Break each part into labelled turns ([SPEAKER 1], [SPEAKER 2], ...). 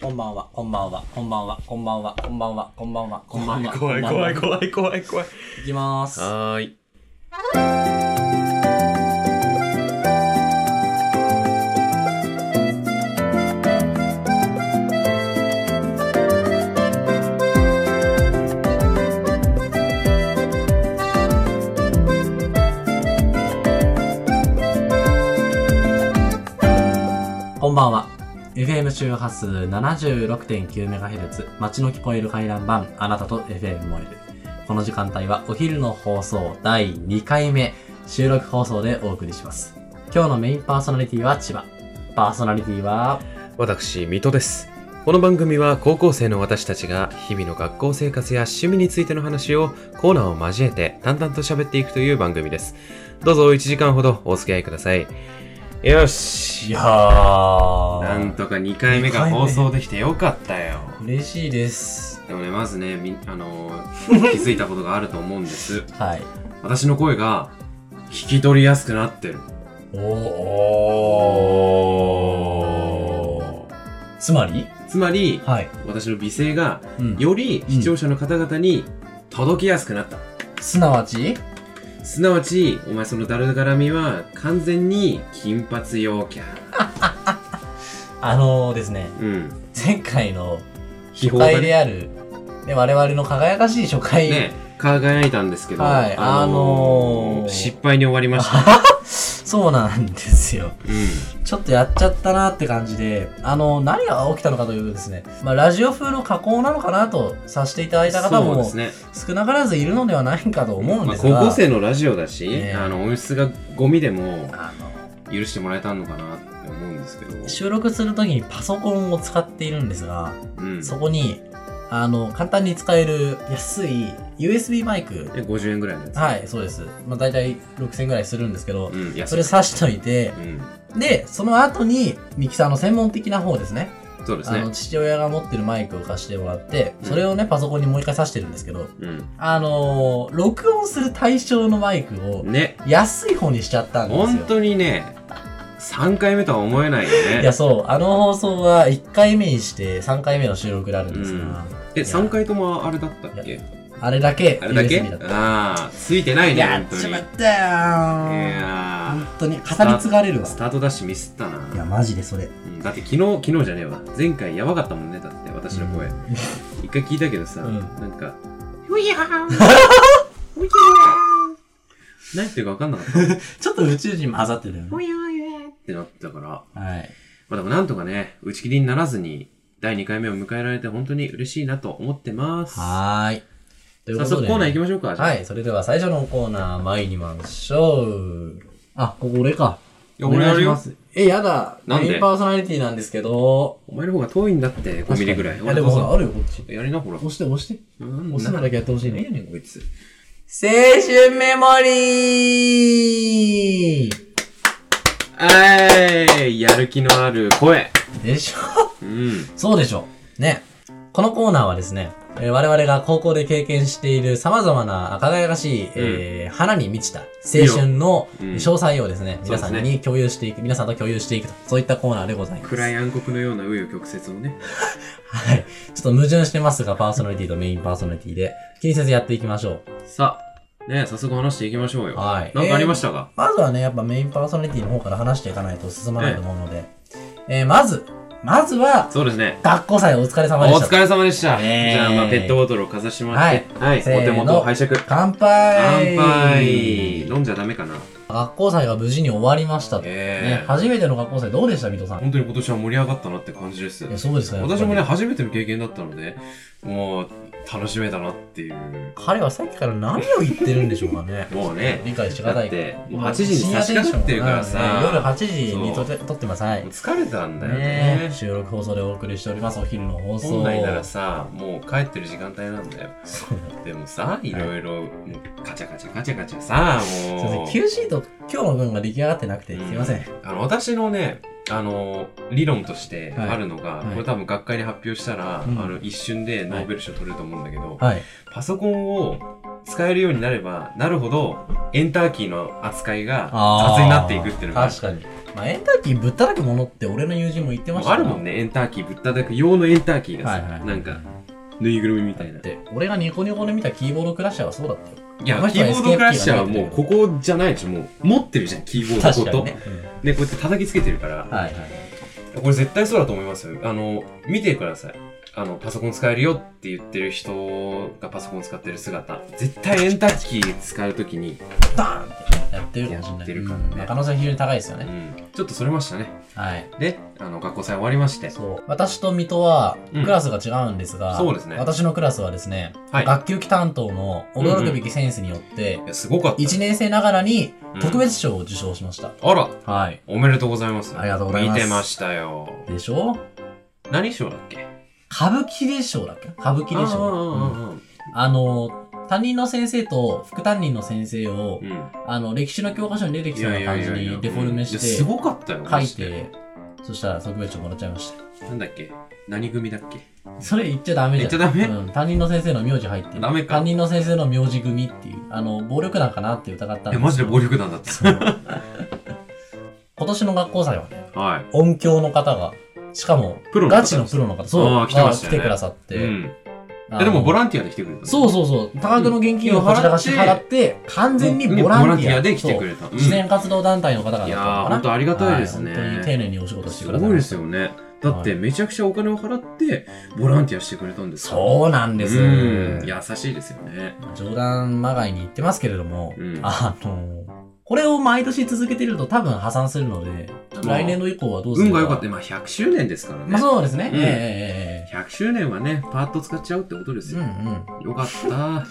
[SPEAKER 1] こんばんは、こんばんは、こんばんは、こんばんは、こんばんは、こんばんは、こんば
[SPEAKER 2] 怖
[SPEAKER 1] ん
[SPEAKER 2] い
[SPEAKER 1] は。
[SPEAKER 2] 怖い
[SPEAKER 1] こんばんは
[SPEAKER 2] 怖い。怖い怖い怖い。
[SPEAKER 1] いきます。
[SPEAKER 2] はーい。
[SPEAKER 1] こんばんは。FM 周波数 76.9MHz、街の聞こえる回覧版、あなたと FM 燃える。この時間帯はお昼の放送第2回目、収録放送でお送りします。今日のメインパーソナリティは千葉。パーソナリティは、
[SPEAKER 2] 私、水戸です。この番組は高校生の私たちが日々の学校生活や趣味についての話をコーナーを交えて淡々と喋っていくという番組です。どうぞ1時間ほどお付き合いください。よし。な
[SPEAKER 1] ー
[SPEAKER 2] んとか2回目が放送できてよかったよ。
[SPEAKER 1] 嬉しいです。
[SPEAKER 2] でもね、まずね、みあのー 気づいたことがあると思うんです。
[SPEAKER 1] はい。
[SPEAKER 2] 私の声が聞き取りやすくなってる。
[SPEAKER 1] おおつまり
[SPEAKER 2] つまり、
[SPEAKER 1] はい。
[SPEAKER 2] 私の美声が
[SPEAKER 1] うん
[SPEAKER 2] より視聴者の方々に届きやすくなった、
[SPEAKER 1] すなわち
[SPEAKER 2] すなわちお前そのだるがらみは完全に金髪陽キャ
[SPEAKER 1] あのーですね、
[SPEAKER 2] うん
[SPEAKER 1] 前回の
[SPEAKER 2] 秘
[SPEAKER 1] 初回である、ね、我々の輝かしい初回、
[SPEAKER 2] ね輝いたんですけど、
[SPEAKER 1] はいあのー
[SPEAKER 2] 失敗に終わりました、
[SPEAKER 1] そうなんですよ。
[SPEAKER 2] う
[SPEAKER 1] ちょっとやっちゃったなって感じで、あのー何が起きたのかというとですね、まあ、ラジオ風の加工なのかなとさせていただいた方
[SPEAKER 2] そうで
[SPEAKER 1] も、
[SPEAKER 2] すね、
[SPEAKER 1] 少なからずいるのではないかと思うん
[SPEAKER 2] まあ、
[SPEAKER 1] ですが、
[SPEAKER 2] 高校生のラジオだし、
[SPEAKER 1] ね
[SPEAKER 2] あの音質がゴミでも
[SPEAKER 1] あの
[SPEAKER 2] 許してもらえたのかなって思うんですけど、
[SPEAKER 1] 収録するときにパソコンを使っているんですが、
[SPEAKER 2] うん、
[SPEAKER 1] そこに、あの、簡単に使える安い USB マイク。
[SPEAKER 2] で50円ぐらいのやつ
[SPEAKER 1] はい、そうです。まあ、大体6000円ぐらいするんですけど、
[SPEAKER 2] うん安い
[SPEAKER 1] それ挿しといて
[SPEAKER 2] う、ん
[SPEAKER 1] で、その後に、ミキサーの専門的な方ですね。
[SPEAKER 2] そうです
[SPEAKER 1] あの、
[SPEAKER 2] ね
[SPEAKER 1] 父親が持ってるマイクを貸してもらって、
[SPEAKER 2] うん
[SPEAKER 1] それをね、パソコンにもう一回挿してるんですけど、
[SPEAKER 2] うん
[SPEAKER 1] あのー録音する対象のマイクを、
[SPEAKER 2] ね
[SPEAKER 1] 安い方にしちゃったんですよ。
[SPEAKER 2] 本当にね3回目とは思えないよ
[SPEAKER 1] いや、
[SPEAKER 2] ね
[SPEAKER 1] そう、あの放送は1回目にして3回目の収録であるんですが、
[SPEAKER 2] え三3回ともあれだったっけ
[SPEAKER 1] あれだけ
[SPEAKER 2] あれだけ
[SPEAKER 1] USB だった。
[SPEAKER 2] ああついてないね
[SPEAKER 1] や
[SPEAKER 2] 本
[SPEAKER 1] っ
[SPEAKER 2] 当
[SPEAKER 1] ち
[SPEAKER 2] にい
[SPEAKER 1] まっ
[SPEAKER 2] や
[SPEAKER 1] たよー
[SPEAKER 2] ー
[SPEAKER 1] 本当に語り継がれるわ
[SPEAKER 2] スタートダッシュミスったない
[SPEAKER 1] やマジでそれ
[SPEAKER 2] うんだって昨日昨日じゃねえわ前回やばかったもんねだって私の声、
[SPEAKER 1] うん
[SPEAKER 2] 一回聞いたけどさ、
[SPEAKER 1] うん
[SPEAKER 2] なんか「うやーうやー」何言ってるか分かんなかった「うや
[SPEAKER 1] ちょっと宇宙人も混ざってるよね
[SPEAKER 2] ーうやー」ってなってたからま
[SPEAKER 1] はい
[SPEAKER 2] あでもなんとかね打ち切りにならずに第2回目を迎えられて本当に嬉しいなと思ってます
[SPEAKER 1] はーいというこ
[SPEAKER 2] 早
[SPEAKER 1] と
[SPEAKER 2] 速
[SPEAKER 1] で
[SPEAKER 2] コーナー行きましょうか。。
[SPEAKER 1] はいいそれでは最初のコーナー参りましょうあここ俺か
[SPEAKER 2] いや、俺やるよ。
[SPEAKER 1] すえやだ
[SPEAKER 2] なんで
[SPEAKER 1] メインパーソナリティなんですけど
[SPEAKER 2] お前の方が遠いんだって、5ミリぐらい。
[SPEAKER 1] いやでもほらあるよこっち
[SPEAKER 2] やりな、ほら。
[SPEAKER 1] 押して押して
[SPEAKER 2] うん
[SPEAKER 1] 押すのだけやってほしい
[SPEAKER 2] 何や
[SPEAKER 1] ね
[SPEAKER 2] ねん、こいつ。
[SPEAKER 1] 青春メモリー
[SPEAKER 2] えーい、やる気のある声。
[SPEAKER 1] でしょ
[SPEAKER 2] うん。
[SPEAKER 1] そうでしょう。ね。このコーナーはですね、えー我々が高校で経験している様々な輝かしい、えー花に満ちた青春の
[SPEAKER 2] うん
[SPEAKER 1] 詳細をですね、
[SPEAKER 2] そ
[SPEAKER 1] 皆
[SPEAKER 2] うです
[SPEAKER 1] さ
[SPEAKER 2] ね
[SPEAKER 1] んに共有していく、皆さんと共有していくと、そういったコーナーでございます。
[SPEAKER 2] 暗い暗黒のような紆余曲折をね。
[SPEAKER 1] はい。ちょっと矛盾してますが、パーソナリティとメインパーソナリティで、気にせずやっていきましょ
[SPEAKER 2] さあ、ね早速話していきましょう
[SPEAKER 1] う。
[SPEAKER 2] よ。
[SPEAKER 1] はい。
[SPEAKER 2] なんかありましたたか
[SPEAKER 1] まずはね、やっぱメインパーソナリティの方から話していかないと進まないと思うので、えーまず、まずは、
[SPEAKER 2] そうですね。
[SPEAKER 1] 学校祭お疲れ
[SPEAKER 2] お
[SPEAKER 1] 様でした。
[SPEAKER 2] 疲れ様でした。じ
[SPEAKER 1] ねえ
[SPEAKER 2] ゃあ、まあ、ペットボトルをかざしまして。はい。お
[SPEAKER 1] せーの
[SPEAKER 2] 手元を拝借。
[SPEAKER 1] 乾
[SPEAKER 2] 乾
[SPEAKER 1] 杯
[SPEAKER 2] 杯。飲んじゃダメかな。
[SPEAKER 1] 学校祭が無事に終わりましたと。
[SPEAKER 2] え
[SPEAKER 1] ね、
[SPEAKER 2] え。
[SPEAKER 1] 初めての学校祭どうでした水戸さん。い
[SPEAKER 2] 本当に今年は盛り上がったなって感じです。
[SPEAKER 1] や、そうですかやっぱり
[SPEAKER 2] 私もね、初めての経験だったので、もう、楽しめたなっていう。。
[SPEAKER 1] 彼はさっきから何を言ってるんでしょうかね
[SPEAKER 2] もうね、
[SPEAKER 1] 理解しが
[SPEAKER 2] だ
[SPEAKER 1] た
[SPEAKER 2] っ
[SPEAKER 1] い。
[SPEAKER 2] て、もう8時に差し掛かってるから
[SPEAKER 1] 深夜テンションがね夜
[SPEAKER 2] さ、
[SPEAKER 1] 8時にとて撮ってます。はい
[SPEAKER 2] もう。疲れたんだよ
[SPEAKER 1] ね
[SPEAKER 2] ね。
[SPEAKER 1] 収録放送でお送りしております。お昼の放送。
[SPEAKER 2] 本来ならさ、もう帰ってる時間帯なんだよ。
[SPEAKER 1] そう
[SPEAKER 2] でもさ、いろいろ、もうカチャカチャカチャカチャさ、
[SPEAKER 1] すいま
[SPEAKER 2] もう
[SPEAKER 1] せん。Q シート、今日の分が出来上がってなくて、すいません。
[SPEAKER 2] あの、私のね、あの、理論として
[SPEAKER 1] はい
[SPEAKER 2] あるのが、
[SPEAKER 1] はい
[SPEAKER 2] これ多分学会で発表したら、
[SPEAKER 1] うん
[SPEAKER 2] あの、一瞬でノーベル賞取れると思うんだけど、
[SPEAKER 1] はい。
[SPEAKER 2] パソコンを使えるようになればなるほどエンターキーの扱いが
[SPEAKER 1] あー
[SPEAKER 2] 雑になっていくっていうのが
[SPEAKER 1] 確かに。まあ、エンターキーぶったらくものって俺の友人も言ってま
[SPEAKER 2] もう
[SPEAKER 1] したか
[SPEAKER 2] あ
[SPEAKER 1] ら
[SPEAKER 2] るもんね、エンターキー、ぶったたく用のエンターキーがさ、
[SPEAKER 1] はいはい
[SPEAKER 2] なんか、ぬいぐるみみたいな。い
[SPEAKER 1] で俺がニコニコで見たキーボードクラッシャーはそうだったよ
[SPEAKER 2] や
[SPEAKER 1] この、人
[SPEAKER 2] キーボードクラッシャーは
[SPEAKER 1] エスケー
[SPEAKER 2] もう
[SPEAKER 1] プキ
[SPEAKER 2] ここじゃないでしょ、もう持ってるじゃん、キーボード
[SPEAKER 1] 確
[SPEAKER 2] ご
[SPEAKER 1] か
[SPEAKER 2] と。
[SPEAKER 1] に
[SPEAKER 2] ね
[SPEAKER 1] ね、
[SPEAKER 2] こうやって叩きつけてるから、
[SPEAKER 1] うんはいはい
[SPEAKER 2] これ絶対そうだと思いますよ。あの、見てください。あの、パソコン使えるよって言ってる人がパソコン使ってる姿。絶対エンターキー使うときに、
[SPEAKER 1] ダーンってねやってるかもしれ
[SPEAKER 2] や
[SPEAKER 1] な
[SPEAKER 2] っ
[SPEAKER 1] い
[SPEAKER 2] てるからね
[SPEAKER 1] うんまあ可能性は非常に高いですよ
[SPEAKER 2] う
[SPEAKER 1] ね、
[SPEAKER 2] ん、ちょっとそれましたね。
[SPEAKER 1] はい
[SPEAKER 2] で、あの、学校祭終わりまして。
[SPEAKER 1] そう私と水戸は
[SPEAKER 2] うん
[SPEAKER 1] クラスが違うんですが、
[SPEAKER 2] そうですね
[SPEAKER 1] 私のクラスはですね、
[SPEAKER 2] はい。
[SPEAKER 1] 学級期担当の驚くべきセンスによって、
[SPEAKER 2] いやすごかった。
[SPEAKER 1] 1年生ながらに
[SPEAKER 2] うん
[SPEAKER 1] 特別賞を受賞しました、
[SPEAKER 2] あら、
[SPEAKER 1] はい
[SPEAKER 2] おめでとうございます。
[SPEAKER 1] ありがとうございます
[SPEAKER 2] 見てましたよ。
[SPEAKER 1] でしょ
[SPEAKER 2] 何賞だっけ
[SPEAKER 1] 歌舞伎で賞だっけ歌舞伎で
[SPEAKER 2] あ
[SPEAKER 1] 賞
[SPEAKER 2] ー
[SPEAKER 1] あの担任の先生と副担任の先生を、
[SPEAKER 2] うんうんうん
[SPEAKER 1] あの歴史の教科書に出て
[SPEAKER 2] うん。
[SPEAKER 1] きそうな感じにデフォルメし
[SPEAKER 2] いやす
[SPEAKER 1] て
[SPEAKER 2] ごかったよ。
[SPEAKER 1] 書
[SPEAKER 2] マ
[SPEAKER 1] い
[SPEAKER 2] ジで
[SPEAKER 1] てそしたら特別賞もらっちゃいました
[SPEAKER 2] なんだっけ何組だっけ
[SPEAKER 1] それ言っちゃダメだよ。
[SPEAKER 2] 言っちゃダメ
[SPEAKER 1] うん。担任の先生の名字入ってる。
[SPEAKER 2] ダメか
[SPEAKER 1] 担任の先生の名字組っていう、あの、暴力団かなって疑ったん
[SPEAKER 2] え、マジで暴
[SPEAKER 1] 力
[SPEAKER 2] 力団だった。
[SPEAKER 1] 今年の学校祭はね、
[SPEAKER 2] はい。
[SPEAKER 1] 音響の方が、しかも、
[SPEAKER 2] プロの方
[SPEAKER 1] ガチのプロの方、
[SPEAKER 2] あ
[SPEAKER 1] そ
[SPEAKER 2] ー
[SPEAKER 1] う、
[SPEAKER 2] 来てましたよね
[SPEAKER 1] が来てくださって。
[SPEAKER 2] うん。
[SPEAKER 1] あの
[SPEAKER 2] えでもボランティアで来てくれたの
[SPEAKER 1] そうそうそう、多額の現金をこちらが支払って、完全にボランティア。
[SPEAKER 2] で来てく
[SPEAKER 1] る。
[SPEAKER 2] れた。うん
[SPEAKER 1] 自然活動団体の方々だっ
[SPEAKER 2] い
[SPEAKER 1] た
[SPEAKER 2] や
[SPEAKER 1] の
[SPEAKER 2] ー、
[SPEAKER 1] か
[SPEAKER 2] ほ
[SPEAKER 1] な。
[SPEAKER 2] んとありがたいですね。
[SPEAKER 1] は本当に丁寧にお仕事して
[SPEAKER 2] す
[SPEAKER 1] ください
[SPEAKER 2] ご
[SPEAKER 1] ま
[SPEAKER 2] いで
[SPEAKER 1] した
[SPEAKER 2] すよね。だって、めちゃくちゃお金を払って、ボランティアしてくれたんですから
[SPEAKER 1] そうなんです。
[SPEAKER 2] うん。優しいですよね。
[SPEAKER 1] 冗談まがいに言ってますけれども、
[SPEAKER 2] うん
[SPEAKER 1] あの、これを毎年続けてると多分破産するので、
[SPEAKER 2] まあ
[SPEAKER 1] 来年度以降はどうする
[SPEAKER 2] 運が良かった。まあ、100周年ですから
[SPEAKER 1] まあ
[SPEAKER 2] ね。
[SPEAKER 1] そうですね。
[SPEAKER 2] う
[SPEAKER 1] え
[SPEAKER 2] ん
[SPEAKER 1] ええええ
[SPEAKER 2] 100周年はね、パーッと使っちゃうってことです
[SPEAKER 1] えうん
[SPEAKER 2] よ。
[SPEAKER 1] うん。
[SPEAKER 2] よ かった。
[SPEAKER 1] は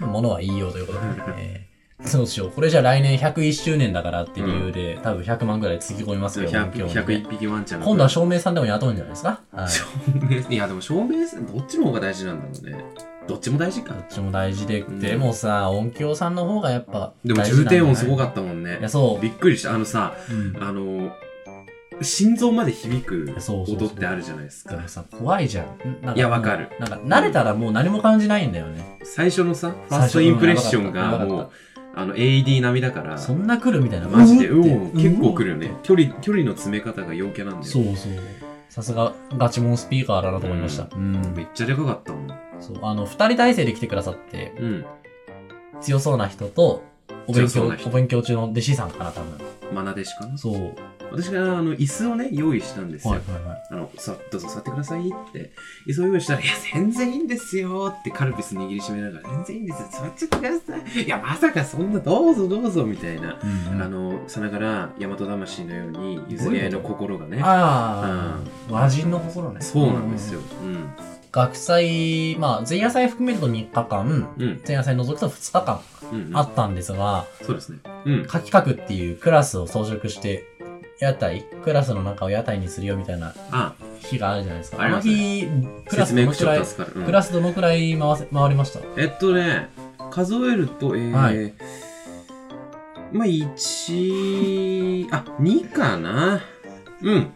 [SPEAKER 1] い。ものは言いようということで、ええそうしよう。これじゃ来年101周年だからっていう理由で、多分100万ぐらいつぎ込みますよ、
[SPEAKER 2] 100
[SPEAKER 1] 音響にね
[SPEAKER 2] 101匹ワンちゃんが。
[SPEAKER 1] 今度は照明さんでも雇うんじゃないですか。はい。
[SPEAKER 2] 照明。いや、でも照明、どっちの方が大事なんだろうね。どっちも大事
[SPEAKER 1] ど
[SPEAKER 2] か。
[SPEAKER 1] っちも大事で、
[SPEAKER 2] うん
[SPEAKER 1] でもさ、音響さんの方がやっぱ
[SPEAKER 2] でも重低音すご
[SPEAKER 1] かっ
[SPEAKER 2] かったもんね
[SPEAKER 1] いや、。そ
[SPEAKER 2] びっくりした。あのさ、
[SPEAKER 1] う。うん
[SPEAKER 2] あの、心臓まで響く
[SPEAKER 1] そうそうそう
[SPEAKER 2] 音ってあるじゃないです
[SPEAKER 1] で
[SPEAKER 2] か
[SPEAKER 1] も。さ、怖いじゃん。なん
[SPEAKER 2] いやわかる
[SPEAKER 1] もうなんか、慣れたらもう何も感じないんだよね。
[SPEAKER 2] 最初のさ、ファーストインプレッションが
[SPEAKER 1] 最初のやば
[SPEAKER 2] も
[SPEAKER 1] か
[SPEAKER 2] う
[SPEAKER 1] っ、
[SPEAKER 2] あの、AED 並みだから
[SPEAKER 1] た、そんな来るみたいな。
[SPEAKER 2] マジで、
[SPEAKER 1] う
[SPEAKER 2] うん
[SPEAKER 1] って
[SPEAKER 2] ん、結構来るよね。。距離、距離の詰め方が陽キャなん
[SPEAKER 1] うん
[SPEAKER 2] だ
[SPEAKER 1] そ
[SPEAKER 2] よ。
[SPEAKER 1] うそう。さすが、ガチモンスピーカーだなと思いました。うん
[SPEAKER 2] め。っちゃでかかったもん。
[SPEAKER 1] そう、あの、二人体制で来てくださって、
[SPEAKER 2] うん。
[SPEAKER 1] 強そうな人と、お勉
[SPEAKER 2] 強そうな
[SPEAKER 1] 強、
[SPEAKER 2] 人
[SPEAKER 1] お勉強中の弟子さんかな、多分。
[SPEAKER 2] マナ弟子かな
[SPEAKER 1] そう。
[SPEAKER 2] 私が、あの、椅子をね、用意したんですよ。
[SPEAKER 1] いはい。
[SPEAKER 2] あの、さ、どうぞ座ってくださいって、椅子を用意したら、いや、全然いいんですよってカルピス握りしめながら、全然いいんですよ、座っちゃってください。いや、まさかそんな、どうぞどうぞみたいな。
[SPEAKER 1] うん、
[SPEAKER 2] あ
[SPEAKER 1] あ
[SPEAKER 2] の、さながら、大和魂のように、譲り合いの心がね。
[SPEAKER 1] あー、和人の心ね。
[SPEAKER 2] そうなんですよ。。うん。
[SPEAKER 1] 学祭、まあ、前夜祭含めると3日間、
[SPEAKER 2] うん。
[SPEAKER 1] 前夜祭除くと2日間
[SPEAKER 2] うん。
[SPEAKER 1] あったんですが、
[SPEAKER 2] そうですね。うん。
[SPEAKER 1] 夏季閣っていうクラスを装飾して、屋台、クラスの中を屋台にするよみたいな
[SPEAKER 2] あ、
[SPEAKER 1] 日があるじゃないですか。
[SPEAKER 2] あり
[SPEAKER 1] の
[SPEAKER 2] ます
[SPEAKER 1] 日、クラス
[SPEAKER 2] 説
[SPEAKER 1] ど
[SPEAKER 2] 明
[SPEAKER 1] の
[SPEAKER 2] 口
[SPEAKER 1] くら
[SPEAKER 2] 調
[SPEAKER 1] い、
[SPEAKER 2] 助かる。
[SPEAKER 1] ク
[SPEAKER 2] うん
[SPEAKER 1] ラスどのくらい回せ、回りました
[SPEAKER 2] えっとね、数えると、え
[SPEAKER 1] は
[SPEAKER 2] ー、まあ、1、あ、2かな。うん。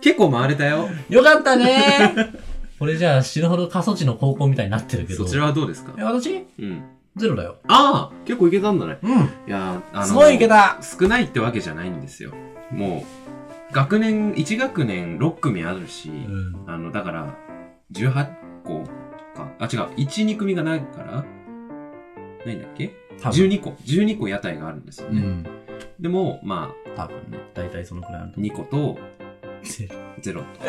[SPEAKER 2] 結構回れたよ。
[SPEAKER 1] よかったねー これじゃあ死ぬほど過疎地の高校みたいになってるけど。
[SPEAKER 2] そちらはどうですか
[SPEAKER 1] え、私
[SPEAKER 2] うん。
[SPEAKER 1] ゼロだよ。
[SPEAKER 2] ああ結構いけたんだね。
[SPEAKER 1] うん。
[SPEAKER 2] いやーあの
[SPEAKER 1] すごいいけた
[SPEAKER 2] 少ないってわけじゃないんですよ。もう、学年、1学年6組あるし、
[SPEAKER 1] うん。
[SPEAKER 2] あの、だから、18個か。あ、違う。1、2組がないから、何だっけ
[SPEAKER 1] 多分。
[SPEAKER 2] ?12 個。12個屋台があるんですよ
[SPEAKER 1] う
[SPEAKER 2] ね。
[SPEAKER 1] ん。
[SPEAKER 2] でも、まあ、
[SPEAKER 1] 多分ね。大体そのくらいあると思
[SPEAKER 2] 2個
[SPEAKER 1] う。
[SPEAKER 2] と
[SPEAKER 1] ゼロ
[SPEAKER 2] 0と。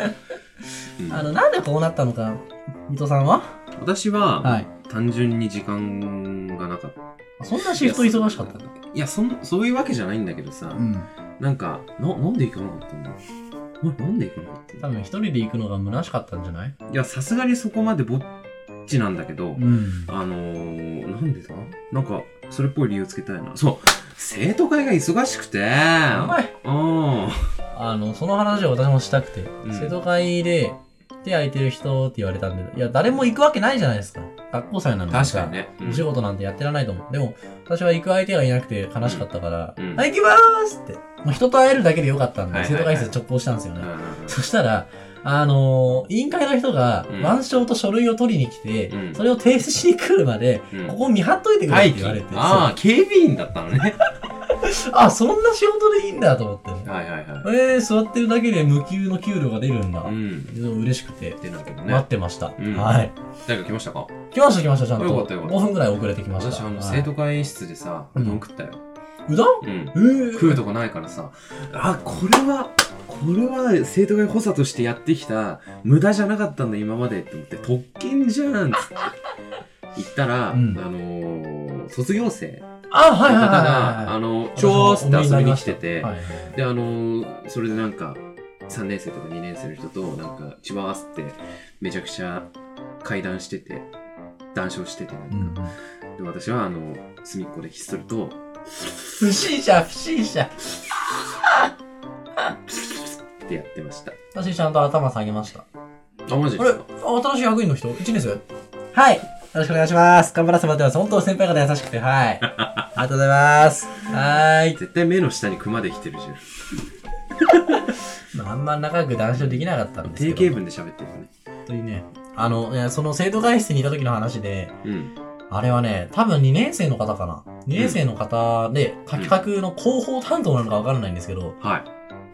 [SPEAKER 2] うん
[SPEAKER 1] あの、なんでこうなったのか、水戸さんは
[SPEAKER 2] 私は、
[SPEAKER 1] はい。
[SPEAKER 2] 単純に時間がなかった。
[SPEAKER 1] あそんなシフト忙しかった
[SPEAKER 2] いや、そん、そういうわけじゃないんだけどさ、
[SPEAKER 1] うん。
[SPEAKER 2] なんか、な、なんで行かなかったんだななんで行かなかったん
[SPEAKER 1] 多分一人で行くのが虚しかったんじゃない
[SPEAKER 2] だいや、さすがにそこまでぼっちなんだけど、
[SPEAKER 1] ん。
[SPEAKER 2] あのー、なんでだなんか、それっぽい理由つけたいな。そう生徒会が忙しくて
[SPEAKER 1] お前
[SPEAKER 2] うん。
[SPEAKER 1] あの、その話を私もしたくて、
[SPEAKER 2] ん
[SPEAKER 1] 瀬戸会で手空いてる人って言われたんで、いや、誰も行くわけないじゃないですか。学校祭なの
[SPEAKER 2] 確かに。ね。うん
[SPEAKER 1] お仕事なんてやってらないと思う。でも、私は行く相手がいなくて悲しかったから、
[SPEAKER 2] うんうん
[SPEAKER 1] あ、行きまーすって。もう人と会えるだけでよかったん
[SPEAKER 2] は
[SPEAKER 1] で、
[SPEAKER 2] いはい
[SPEAKER 1] 生
[SPEAKER 2] は
[SPEAKER 1] 徒会
[SPEAKER 2] い
[SPEAKER 1] 室直行したんですよね。
[SPEAKER 2] う
[SPEAKER 1] そしたら、あのー委員会の人が
[SPEAKER 2] うん、
[SPEAKER 1] 腕章と書類を取りに来て、
[SPEAKER 2] うん
[SPEAKER 1] それを提出しに来るまで、
[SPEAKER 2] んうんうん
[SPEAKER 1] ここ見張っといてくれって言われて、
[SPEAKER 2] ああ、警備員だったのね。
[SPEAKER 1] あ、そんな仕事でいいんだと思ってね。
[SPEAKER 2] は いはいは
[SPEAKER 1] えー、座ってるだけで無給の給料が出るんだ。
[SPEAKER 2] い。うん。
[SPEAKER 1] でも嬉しくて、
[SPEAKER 2] 出ないけど
[SPEAKER 1] 待っ
[SPEAKER 2] ね。
[SPEAKER 1] てました。
[SPEAKER 2] うん
[SPEAKER 1] はい。
[SPEAKER 2] 誰か来ましたか
[SPEAKER 1] 来ました来ました、ちゃんと。
[SPEAKER 2] よかったよかった
[SPEAKER 1] 5分くらい遅れてきました。
[SPEAKER 2] 私、あの、
[SPEAKER 1] はい
[SPEAKER 2] 生徒会室でさ、う
[SPEAKER 1] うん
[SPEAKER 2] どん食ったよ。
[SPEAKER 1] うどん
[SPEAKER 2] うん。
[SPEAKER 1] えー、
[SPEAKER 2] 食うとこないからさ、あ、これは、これは生徒会補佐としてやってきた、無駄じゃなかったんだ今までって思って、特権じゃんっつって言ったら、
[SPEAKER 1] うん
[SPEAKER 2] あのー、卒業生
[SPEAKER 1] あ、はい
[SPEAKER 2] の
[SPEAKER 1] はい
[SPEAKER 2] 方
[SPEAKER 1] はい
[SPEAKER 2] が、
[SPEAKER 1] は
[SPEAKER 2] あ
[SPEAKER 1] い。
[SPEAKER 2] の、ちょーっつって遊びに来てて、
[SPEAKER 1] はい
[SPEAKER 2] で、あのー、それでなんか、3年生とか2年生の人と、なんか、血を合わせて、めちゃくちゃ会談してて、談笑してて、なん
[SPEAKER 1] う
[SPEAKER 2] か
[SPEAKER 1] んうん
[SPEAKER 2] で、私は、あの、隅っこでひっそりと、
[SPEAKER 1] 不審者、不審者。
[SPEAKER 2] ってやってました。
[SPEAKER 1] 私ちゃんと頭下げました。
[SPEAKER 2] あ、マジ
[SPEAKER 1] あ
[SPEAKER 2] で
[SPEAKER 1] れ
[SPEAKER 2] す
[SPEAKER 1] あ
[SPEAKER 2] か
[SPEAKER 1] 新しい役員の人 ?1 年生はい。よろしくお願いします。頑張らせてもらってます。本当先輩方優しくて、 はい。ありがとうございます。はーい。
[SPEAKER 2] 絶対目の下にクマできてるじゃ
[SPEAKER 1] まあ、あんま仲良く談笑できなかったん
[SPEAKER 2] ん。
[SPEAKER 1] ですけ
[SPEAKER 2] 定
[SPEAKER 1] ど。
[SPEAKER 2] 型文で喋ってるよね。
[SPEAKER 1] 本当にね。あの、いやその生徒会室にいた時の話で、
[SPEAKER 2] うん。
[SPEAKER 1] あれはね、多分2年生の方かな。2年生の方で、カキカクの広報担当なのかわからないんですけど、
[SPEAKER 2] は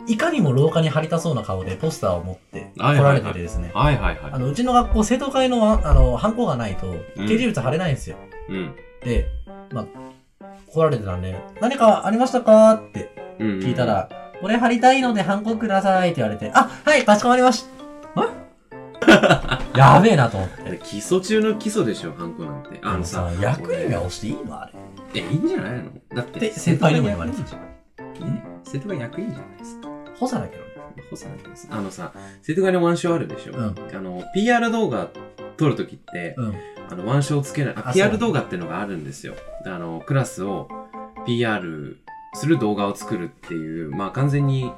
[SPEAKER 2] い。
[SPEAKER 1] いかにも廊下に張りたそうな顔でポスターを持って来
[SPEAKER 2] はいは
[SPEAKER 1] られ
[SPEAKER 2] いはい
[SPEAKER 1] ててですね。
[SPEAKER 2] はいはいは
[SPEAKER 1] あの、うちの学校、生徒会のわ、あの、ハンコがないと、
[SPEAKER 2] うん
[SPEAKER 1] 定時率貼れないんですよ。
[SPEAKER 2] い。うん。
[SPEAKER 1] で、まあ、来られてたんで、何かありましたかって
[SPEAKER 2] うんうん。
[SPEAKER 1] 聞いたら、これ貼りたいのでハンコくださいって言われて、あ、はい、かしこまりました。 やべえなと思って。
[SPEAKER 2] あれ、基礎中の基礎でしょ、ハンコなんて。あ
[SPEAKER 1] あ
[SPEAKER 2] の
[SPEAKER 1] の
[SPEAKER 2] さ
[SPEAKER 1] さ、、役員が押していいのあれ。
[SPEAKER 2] え、いいんじゃないのだって、
[SPEAKER 1] で先輩にも言われて
[SPEAKER 2] たじゃん。え生徒会役員じゃないですか。
[SPEAKER 1] 補佐だけどね。
[SPEAKER 2] 補佐なんです。あのさ、生徒会の腕章あるでしょ。
[SPEAKER 1] うん
[SPEAKER 2] あの、PR 動画撮るときって、
[SPEAKER 1] うん。
[SPEAKER 2] あの、腕章つけない、あ
[SPEAKER 1] あ
[SPEAKER 2] PR
[SPEAKER 1] そう
[SPEAKER 2] 動画ってのがあるんですよ。あの、クラスを PR する動画を作るっていう、まあ完全に、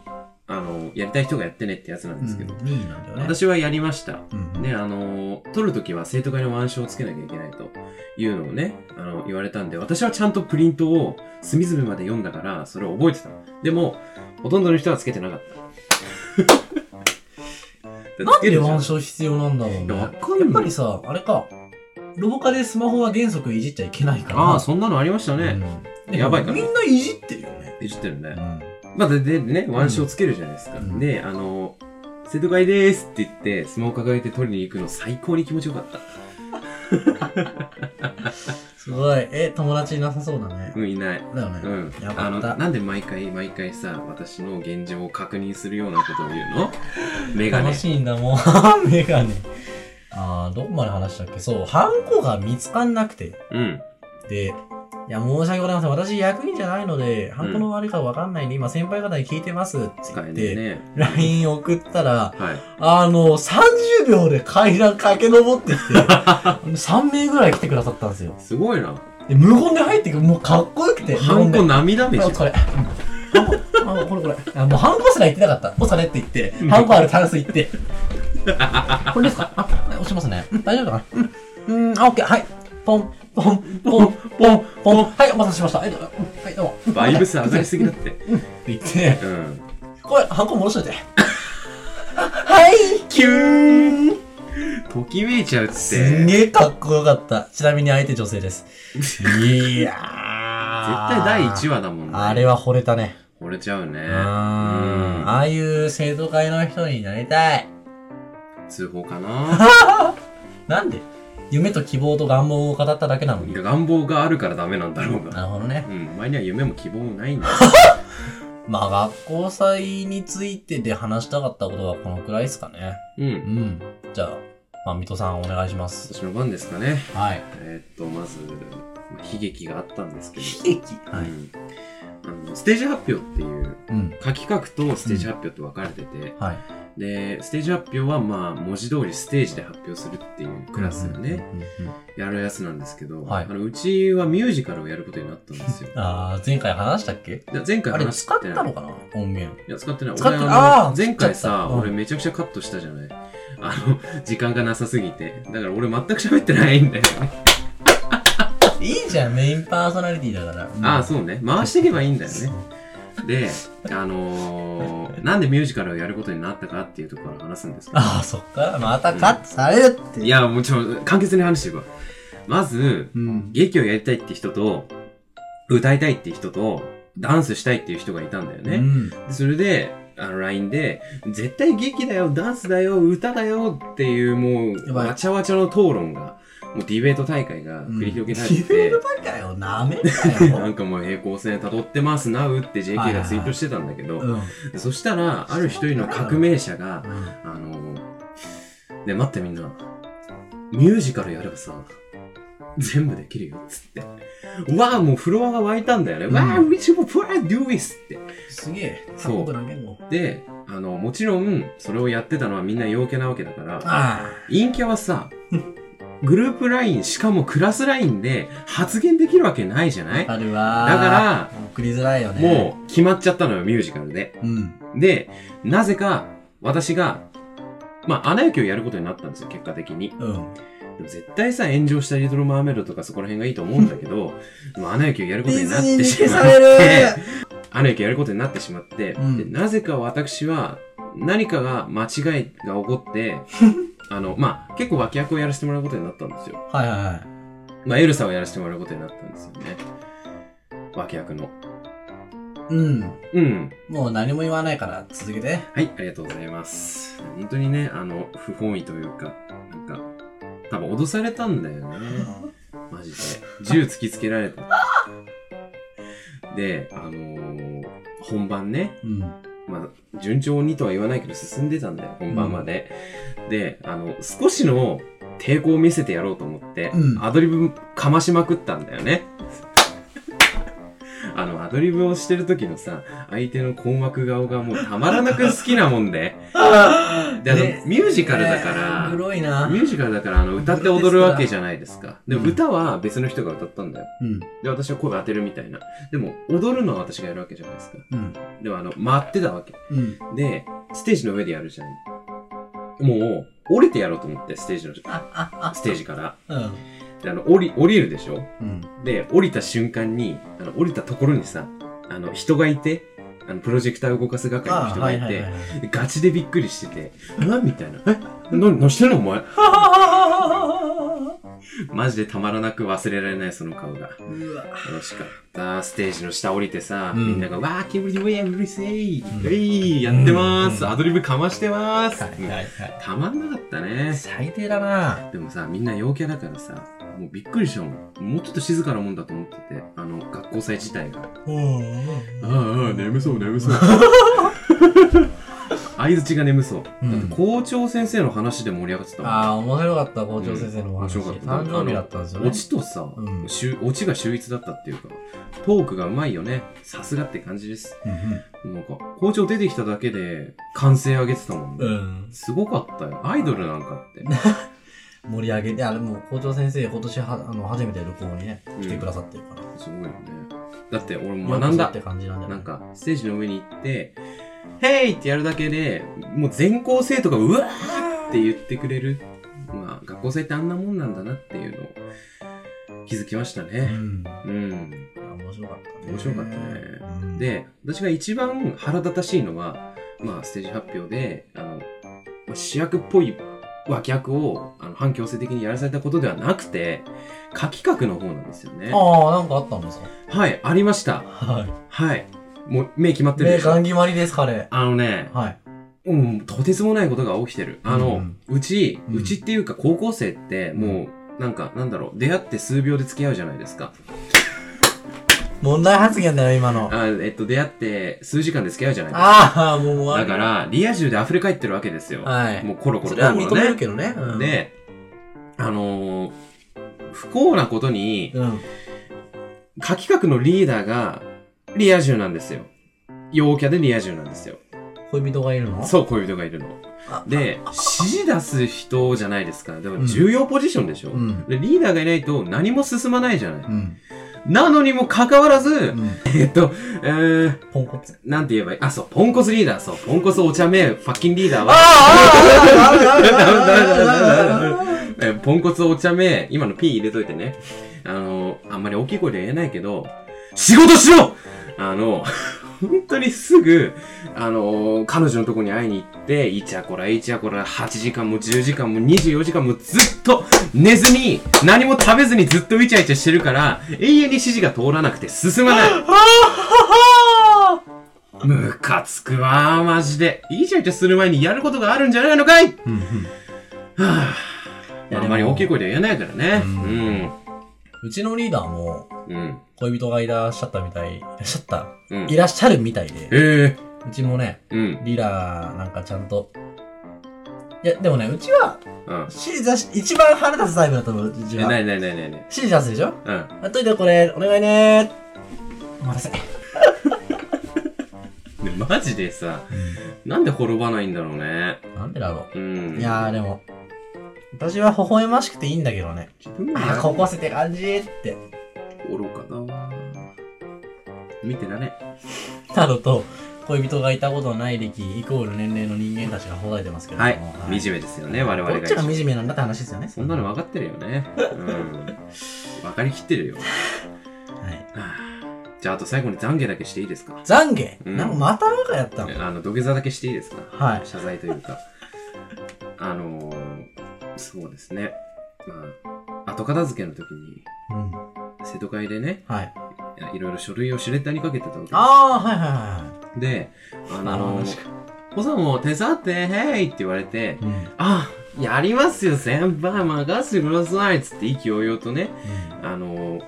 [SPEAKER 2] あの、やりたい人がやってねってやつなんですけど、
[SPEAKER 1] うん、2位なんだよね。
[SPEAKER 2] 私はやりました。
[SPEAKER 1] うん、
[SPEAKER 2] ね、あのー撮るときは生徒会の腕章をつけなきゃいけないというのをね、あの、言われたんで、私はちゃんとプリントを隅々まで読んだから、それを覚えてたの。でも、ほとんどの人はつけてなか った。
[SPEAKER 1] なんで
[SPEAKER 2] ワ
[SPEAKER 1] 腕
[SPEAKER 2] ンシ
[SPEAKER 1] 章必要なんだろうね。
[SPEAKER 2] わ
[SPEAKER 1] や
[SPEAKER 2] かんない
[SPEAKER 1] っぱりさ、あれか、ロボカでスマホは原則いじっちゃいけないから。
[SPEAKER 2] ああ、そんなのありました
[SPEAKER 1] う
[SPEAKER 2] ね。
[SPEAKER 1] ん
[SPEAKER 2] やばいから
[SPEAKER 1] みんないじってるよね。
[SPEAKER 2] いじってるね。
[SPEAKER 1] ん。
[SPEAKER 2] まあ、で、でね、腕章つけるじゃないですか。
[SPEAKER 1] うん
[SPEAKER 2] で、あのー生徒会でーすって言って、スマホ抱えて取りに行くの最高に気持ちよかった。
[SPEAKER 1] すごい。え、友達いなさそうだね。
[SPEAKER 2] うん、いない。
[SPEAKER 1] だよね。
[SPEAKER 2] うん、
[SPEAKER 1] や
[SPEAKER 2] あ
[SPEAKER 1] ば
[SPEAKER 2] の
[SPEAKER 1] かった。
[SPEAKER 2] なんで毎回毎回さ私の現状を確認するようなことを言 うのメガネ
[SPEAKER 1] 楽しいんだもん。 メガネ。ああ、どこまで話したっけそう、ハンコが見つかんなくて。
[SPEAKER 2] うん
[SPEAKER 1] で、いや、申し訳ございません。私、役員じゃないので、ハンコのあれかわかんないんで、今、先輩方に聞いてますって
[SPEAKER 2] 使
[SPEAKER 1] 言
[SPEAKER 2] え
[SPEAKER 1] っ
[SPEAKER 2] ねえ
[SPEAKER 1] て、
[SPEAKER 2] ね
[SPEAKER 1] LINE 送ったら、
[SPEAKER 2] はい
[SPEAKER 1] あの、30秒で階段駆け上ってきて、3名 ぐらい来てくださったんですよ。
[SPEAKER 2] すごいな
[SPEAKER 1] で、無言で入ってくる。もうかっこよくて。
[SPEAKER 2] ハン
[SPEAKER 1] 無
[SPEAKER 2] コ
[SPEAKER 1] 言で
[SPEAKER 2] 涙目じゃ
[SPEAKER 1] あ
[SPEAKER 2] ん
[SPEAKER 1] これ。ハンコ、ハンコこれこれ。あもうハンコすら言ってなかった。ポサねって言って、ハンコあるタンス行って。これですかあ、押しますね。うん大丈夫かなうん、うんあ、オッケー。はい。ポン、ポン、ポン、ポン、ポン。はい、お待たせしました。はい、どうも。はい、どうも。
[SPEAKER 2] バイブス上がりすぎ だって
[SPEAKER 1] って言って、
[SPEAKER 2] うん
[SPEAKER 1] これ、ハンコ戻しとい て。はい
[SPEAKER 2] キューンときめいちゃうって
[SPEAKER 1] すんげえかっこよかった。ちなみに相手女性です。いやー。
[SPEAKER 2] 絶対第1話だもんね
[SPEAKER 1] あれは惚れたね。
[SPEAKER 2] 惚れちゃうね
[SPEAKER 1] うーん。ああいう生徒会の人になりたい。
[SPEAKER 2] うん通報かな
[SPEAKER 1] なんで夢と希望と願望を語っただけなの
[SPEAKER 2] い
[SPEAKER 1] に。
[SPEAKER 2] や願望があるからダメなんだろう
[SPEAKER 1] な
[SPEAKER 2] が
[SPEAKER 1] るほどね。
[SPEAKER 2] うん前には夢も希望も ないんだ
[SPEAKER 1] まあ学校祭についてで話したかったことはこのくらいですかね。
[SPEAKER 2] う
[SPEAKER 1] うんん。じゃあ、まあ水戸さんお願いします。
[SPEAKER 2] 私の番ですかね
[SPEAKER 1] はい。
[SPEAKER 2] えーっとまずまあ悲劇があったんですけど
[SPEAKER 1] 悲劇はい。
[SPEAKER 2] うんあのステージ発表っていう
[SPEAKER 1] うん。
[SPEAKER 2] 書き書くとステージ発表と分かれてて、
[SPEAKER 1] はい。
[SPEAKER 2] でステージ発表はまあ文字通りステージで発表するっていうクラスがね、
[SPEAKER 1] うん。うんうんうん
[SPEAKER 2] やるやつなんですけど、
[SPEAKER 1] はい
[SPEAKER 2] あのうちはミュージカルをやることになったんですよ
[SPEAKER 1] ああ、前回話したっけ
[SPEAKER 2] いや前 回
[SPEAKER 1] あれ
[SPEAKER 2] 話して
[SPEAKER 1] 使ったの
[SPEAKER 2] い
[SPEAKER 1] かな音源。
[SPEAKER 2] や使ってない
[SPEAKER 1] 使って
[SPEAKER 2] 俺あ
[SPEAKER 1] あ
[SPEAKER 2] の
[SPEAKER 1] ー
[SPEAKER 2] 前
[SPEAKER 1] 使っち
[SPEAKER 2] 回
[SPEAKER 1] ゃ
[SPEAKER 2] さ、
[SPEAKER 1] ったうん
[SPEAKER 2] 俺めちゃくちゃカットしたじゃないあの時間がなさすぎてだから俺全く喋ってないんだよね、
[SPEAKER 1] いいじゃん、メインパーソナリティだから。
[SPEAKER 2] ああ
[SPEAKER 1] う
[SPEAKER 2] そうね回していけばいいんだよねであのー、なんでミュージカルをやることになったかっていうところから話すんですけど
[SPEAKER 1] ああ、そっから、またカットされるって。
[SPEAKER 2] い、や、もうちろん、簡潔に話していくわ。まず、
[SPEAKER 1] うん。
[SPEAKER 2] 劇をやりたいって人と、歌いたいって人と、ダンスしたいっていう人がいたんだよね。
[SPEAKER 1] うん。
[SPEAKER 2] でそれで、あの、LINE で、絶対劇だよ、ダンスだよ、歌だよっていう、も
[SPEAKER 1] や
[SPEAKER 2] う、
[SPEAKER 1] ばい
[SPEAKER 2] わちゃわちゃの討論が、もうディベート大会が繰り広げられて
[SPEAKER 1] ディベ
[SPEAKER 2] て
[SPEAKER 1] ー、ト大会をなめんな
[SPEAKER 2] な
[SPEAKER 1] よ。
[SPEAKER 2] んかもう平行線辿ってますなうっ
[SPEAKER 1] は
[SPEAKER 2] て
[SPEAKER 1] い
[SPEAKER 2] JK
[SPEAKER 1] はい
[SPEAKER 2] が
[SPEAKER 1] はい
[SPEAKER 2] ツイートしてたんだけど、
[SPEAKER 1] うん。
[SPEAKER 2] そしたら、ある一人の革命者が、あの、ね、待ってみんな、ミュージカルやればさ、全部できるよ、つって。わあ、もうフロアが湧いたんだよね。
[SPEAKER 1] うん
[SPEAKER 2] わあ、which will probably do this! って。
[SPEAKER 1] すげえ。
[SPEAKER 2] そう
[SPEAKER 1] 韓国な言語。
[SPEAKER 2] で、あの、もちろん、それをやってたのはみんな陽キャなわけだから、
[SPEAKER 1] あ
[SPEAKER 2] 陰キャはさ、グループ LINE、しかもクラス LINE で発言できるわけないじゃな
[SPEAKER 1] あ。
[SPEAKER 2] いだ
[SPEAKER 1] あ
[SPEAKER 2] か
[SPEAKER 1] るわ。、
[SPEAKER 2] ら、
[SPEAKER 1] 送りづらいよね。
[SPEAKER 2] もう決まっちゃったのよ、ミュージカルで。
[SPEAKER 1] う。うん。
[SPEAKER 2] で、なぜか、私が、まあ、アナ雪をやることになったんですよ、結果的
[SPEAKER 1] う
[SPEAKER 2] に。
[SPEAKER 1] ん。
[SPEAKER 2] でも絶対さ、炎上したリトル・マーメイドとかそこら辺がいいと思うんだけど、 でもアナ雪をやる
[SPEAKER 1] デ
[SPEAKER 2] ことに
[SPEAKER 1] ィ
[SPEAKER 2] なっ
[SPEAKER 1] ズニーに
[SPEAKER 2] てし
[SPEAKER 1] 消
[SPEAKER 2] まっ
[SPEAKER 1] され
[SPEAKER 2] て、
[SPEAKER 1] る
[SPEAKER 2] アナ雪やることになってしまって、
[SPEAKER 1] うん
[SPEAKER 2] でなぜか私は何かが間違いが起こって あのまあ結構脇役をやらせてもらうことになったんですよ
[SPEAKER 1] はいはいはい。
[SPEAKER 2] まあエルサをやらせてもらうことになったんですよね脇役の
[SPEAKER 1] うん。
[SPEAKER 2] うん
[SPEAKER 1] もう何も言わないから続けて。
[SPEAKER 2] はいありがとうございます本当にねあの不本意というかなんか多分脅されたんだよねマジで銃突きつけられたであのー本番ね
[SPEAKER 1] うん。
[SPEAKER 2] まあ、順調にとは言わないけど進んでたんだよ、本番まで。で、あの、少しの抵抗を見せてやろうと思って、
[SPEAKER 1] うん
[SPEAKER 2] アドリブかましまくったんだよね。あの、アドリブをしてる時のさ、相手の困惑顔がもうたまらなく好きなもんで。で、あの、
[SPEAKER 1] ね
[SPEAKER 2] ミュージカルだから、
[SPEAKER 1] グロいな。
[SPEAKER 2] ミュージカルだから、あの、歌って踊るわけじゃないですか。でも歌は別の人が歌ったんだよ。
[SPEAKER 1] うん。
[SPEAKER 2] で、私は声当てるみたいな。でも、踊るのは私がやるわけじゃないですか。
[SPEAKER 1] うん。
[SPEAKER 2] でも、あの、待ってたわけ。
[SPEAKER 1] うん。
[SPEAKER 2] で、ステージの上でやるじゃん。もう、降りてやろうと思って、ステージの、ステージから。
[SPEAKER 1] うん。
[SPEAKER 2] で、あの、降り、降りるでしょ
[SPEAKER 1] うん。
[SPEAKER 2] で、降りた瞬間に、あの、降りたところにさ、あの、人がいて、あの、プロジェクター動かす係の人がいて、
[SPEAKER 1] い。
[SPEAKER 2] でガチでびっくりしてて、うわみたいな。えな、何してんのお前。マジでたまらなく忘れられない、その顔が。
[SPEAKER 1] うわ。
[SPEAKER 2] 楽しかった。ステージの下降りてさ、
[SPEAKER 1] うん
[SPEAKER 2] みんなが、わー、ケブリウェイ、エブリセイ、
[SPEAKER 1] ん
[SPEAKER 2] ウェイ、やってまーす、
[SPEAKER 1] うん
[SPEAKER 2] アドリブかましてまーす、
[SPEAKER 1] はいはいはい。
[SPEAKER 2] たまんなかったね。
[SPEAKER 1] 最低だな。
[SPEAKER 2] でもさ、みんな陽キャだからさ、もうびっくりしたもん。もうちょっと静かなもんだと思ってて、あの、学校祭自体が。ああ、ああ、眠そう、眠そう。 相槌が眠そう。
[SPEAKER 1] うん
[SPEAKER 2] だって校長先生の話で盛り上がってたもん。
[SPEAKER 1] ああ、面白かった、校長先生のお話。
[SPEAKER 2] うん面白かった
[SPEAKER 1] 誕生日だったんですよね
[SPEAKER 2] オ。チとさ、
[SPEAKER 1] うん
[SPEAKER 2] しゅオチが秀逸だったっていうか、トークがうまいよね。さすがって感じです。なんか、校長出てきただけで、歓声上げてたもん
[SPEAKER 1] う
[SPEAKER 2] ね。
[SPEAKER 1] ん。
[SPEAKER 2] すごかったよ。アイドルなんかって。
[SPEAKER 1] 盛り上げて、あれもう校長先生、今年はあの初めて旅行にね、来てくださってるから。
[SPEAKER 2] すごいよね。だって俺も
[SPEAKER 1] よう
[SPEAKER 2] 学ん
[SPEAKER 1] こそ
[SPEAKER 2] だ
[SPEAKER 1] っ。て感じなんだよね
[SPEAKER 2] なんか、ステージの上に行って、ヘイってやるだけで、もう全校生徒がうわーって言ってくれる。まあ、学校祭ってあんなもんなんだなっていうのを気づきました
[SPEAKER 1] う
[SPEAKER 2] ね。
[SPEAKER 1] ん。
[SPEAKER 2] うん。
[SPEAKER 1] 面白かったね。
[SPEAKER 2] 面白かったね
[SPEAKER 1] うん、
[SPEAKER 2] で、私が一番腹立たしいのは、まあ、ステージ発表で、あの、まあ主役っぽい脇役を、あの、反強制的にやらされたことではなくて、下企画の方なんですよね。
[SPEAKER 1] ああ、なんかあったんですか
[SPEAKER 2] はい、ありました。
[SPEAKER 1] は
[SPEAKER 2] はい。もう、目決まっ
[SPEAKER 1] い。
[SPEAKER 2] てる
[SPEAKER 1] ね、
[SPEAKER 2] でしょ
[SPEAKER 1] ガン決まりです、彼。
[SPEAKER 2] あのね、
[SPEAKER 1] はい。
[SPEAKER 2] うん、とてつもないことが起きてる。あの、うち、
[SPEAKER 1] うん
[SPEAKER 2] うちっていうか高校生って、もう、なんか、なんだろう、出会って数秒で付き合うじゃないですか。
[SPEAKER 1] 問題発言だよ、今の。
[SPEAKER 2] あえっと、出会って数時間で付き合うじゃないですか。
[SPEAKER 1] ああ、もう終わ
[SPEAKER 2] だ
[SPEAKER 1] り
[SPEAKER 2] から、リア充で溢れ返ってるわけですよ。
[SPEAKER 1] はい。
[SPEAKER 2] もうコロコロ
[SPEAKER 1] そ
[SPEAKER 2] コ
[SPEAKER 1] れは
[SPEAKER 2] ロ
[SPEAKER 1] 認
[SPEAKER 2] コ
[SPEAKER 1] め
[SPEAKER 2] ロ
[SPEAKER 1] る
[SPEAKER 2] ね。
[SPEAKER 1] けどね。うん、
[SPEAKER 2] で、あのー不幸なことに、
[SPEAKER 1] うん。
[SPEAKER 2] 下企画のリーダーが、リア充なんですよ。陽キャでリア充なんですよ。
[SPEAKER 1] 恋人がいるの
[SPEAKER 2] そう、恋人がいるの
[SPEAKER 1] あ。
[SPEAKER 2] で、指示出す人じゃないですか。でも重要ポジションでしょ、
[SPEAKER 1] うん。
[SPEAKER 2] でリーダーがいないと何も進まないじゃない。
[SPEAKER 1] うん。
[SPEAKER 2] なのにもかかわらず、
[SPEAKER 1] うん。
[SPEAKER 2] えっと、えー、
[SPEAKER 1] ポンコツ。
[SPEAKER 2] なんて言えばいいあ、そう、ポンコツリーダー、そう、ポンコツお茶目、ファッキンリーダー
[SPEAKER 1] あ
[SPEAKER 2] は、
[SPEAKER 1] ああ
[SPEAKER 2] えーポンコツお茶目、今の P 入れといてね。あのー、あんまり大きい声では言えないけど、仕事しろあの、 本当にすぐ、あの、彼女のとこに会いに行って、いちゃこらいちゃこら、8時間も10時間も24時間もずっと寝ずに、何も食べずにずっとイチャイチャしてるから、永遠に指示が通らなくて進まない。ムカつくわマジで。イチャイチャする前にやることがあるんじゃないのかいは
[SPEAKER 1] うんうん
[SPEAKER 2] あ
[SPEAKER 1] いやでも
[SPEAKER 2] あんまり大きい声では言えないからね。
[SPEAKER 1] うちのリーダーも
[SPEAKER 2] うん。うん。
[SPEAKER 1] 恋人がいらっしゃったみたい、いらっしゃった、
[SPEAKER 2] うん。
[SPEAKER 1] いらっしゃるみたいで、
[SPEAKER 2] え
[SPEAKER 1] うちもね、
[SPEAKER 2] えうん。
[SPEAKER 1] リーダーなんかちゃんと、いや、でもね、うちは、
[SPEAKER 2] うん。
[SPEAKER 1] シリザし、一番腹立つタイプだと思う、うち
[SPEAKER 2] え、
[SPEAKER 1] は。
[SPEAKER 2] なになになになに
[SPEAKER 1] シリザすでしょ
[SPEAKER 2] うん。
[SPEAKER 1] あといてこれ、お願いねー。お待たせ。
[SPEAKER 2] ねマジでさ、なんで滅ばないんだろうね。
[SPEAKER 1] なんでだろ
[SPEAKER 2] うん。
[SPEAKER 1] う。いやー、でも、私は微笑ましくていいんだけどね。
[SPEAKER 2] 自分
[SPEAKER 1] あー、
[SPEAKER 2] が
[SPEAKER 1] ここせて感じーって。
[SPEAKER 2] 愚かだわ。見てられん。
[SPEAKER 1] などと、恋人がいたことない歴イコール年齢の人間たちがほざいてますけれども。
[SPEAKER 2] はい。惨めですよね、我々
[SPEAKER 1] ど
[SPEAKER 2] が
[SPEAKER 1] っち
[SPEAKER 2] 一
[SPEAKER 1] が
[SPEAKER 2] 番。
[SPEAKER 1] 惨めなんだって話ですよね。
[SPEAKER 2] そんなの分かってるよね。うん。分かりきってるよ。
[SPEAKER 1] はい。
[SPEAKER 2] はあじゃあ、あと最後に懺悔だけしていいですか
[SPEAKER 1] 懺悔、
[SPEAKER 2] うん
[SPEAKER 1] なんかまたなんかやったの、
[SPEAKER 2] あの、土下座だけしていいですか
[SPEAKER 1] はい
[SPEAKER 2] 謝罪というか。あのー、そうですね。まあ、後片付けの時に、
[SPEAKER 1] うん。
[SPEAKER 2] 瀬戸会でね、
[SPEAKER 1] はい。
[SPEAKER 2] いやいろいろ書類をシュレッダーにかけてたわけです。
[SPEAKER 1] あー、はいはいは
[SPEAKER 2] で、あ
[SPEAKER 1] い。なるほど。
[SPEAKER 2] のー、おさんも手伝って、へいって言われて、
[SPEAKER 1] うん。うん
[SPEAKER 2] あ、やりますよ、先輩、任せてくださいっつって意気揚々とね、あのー、もう、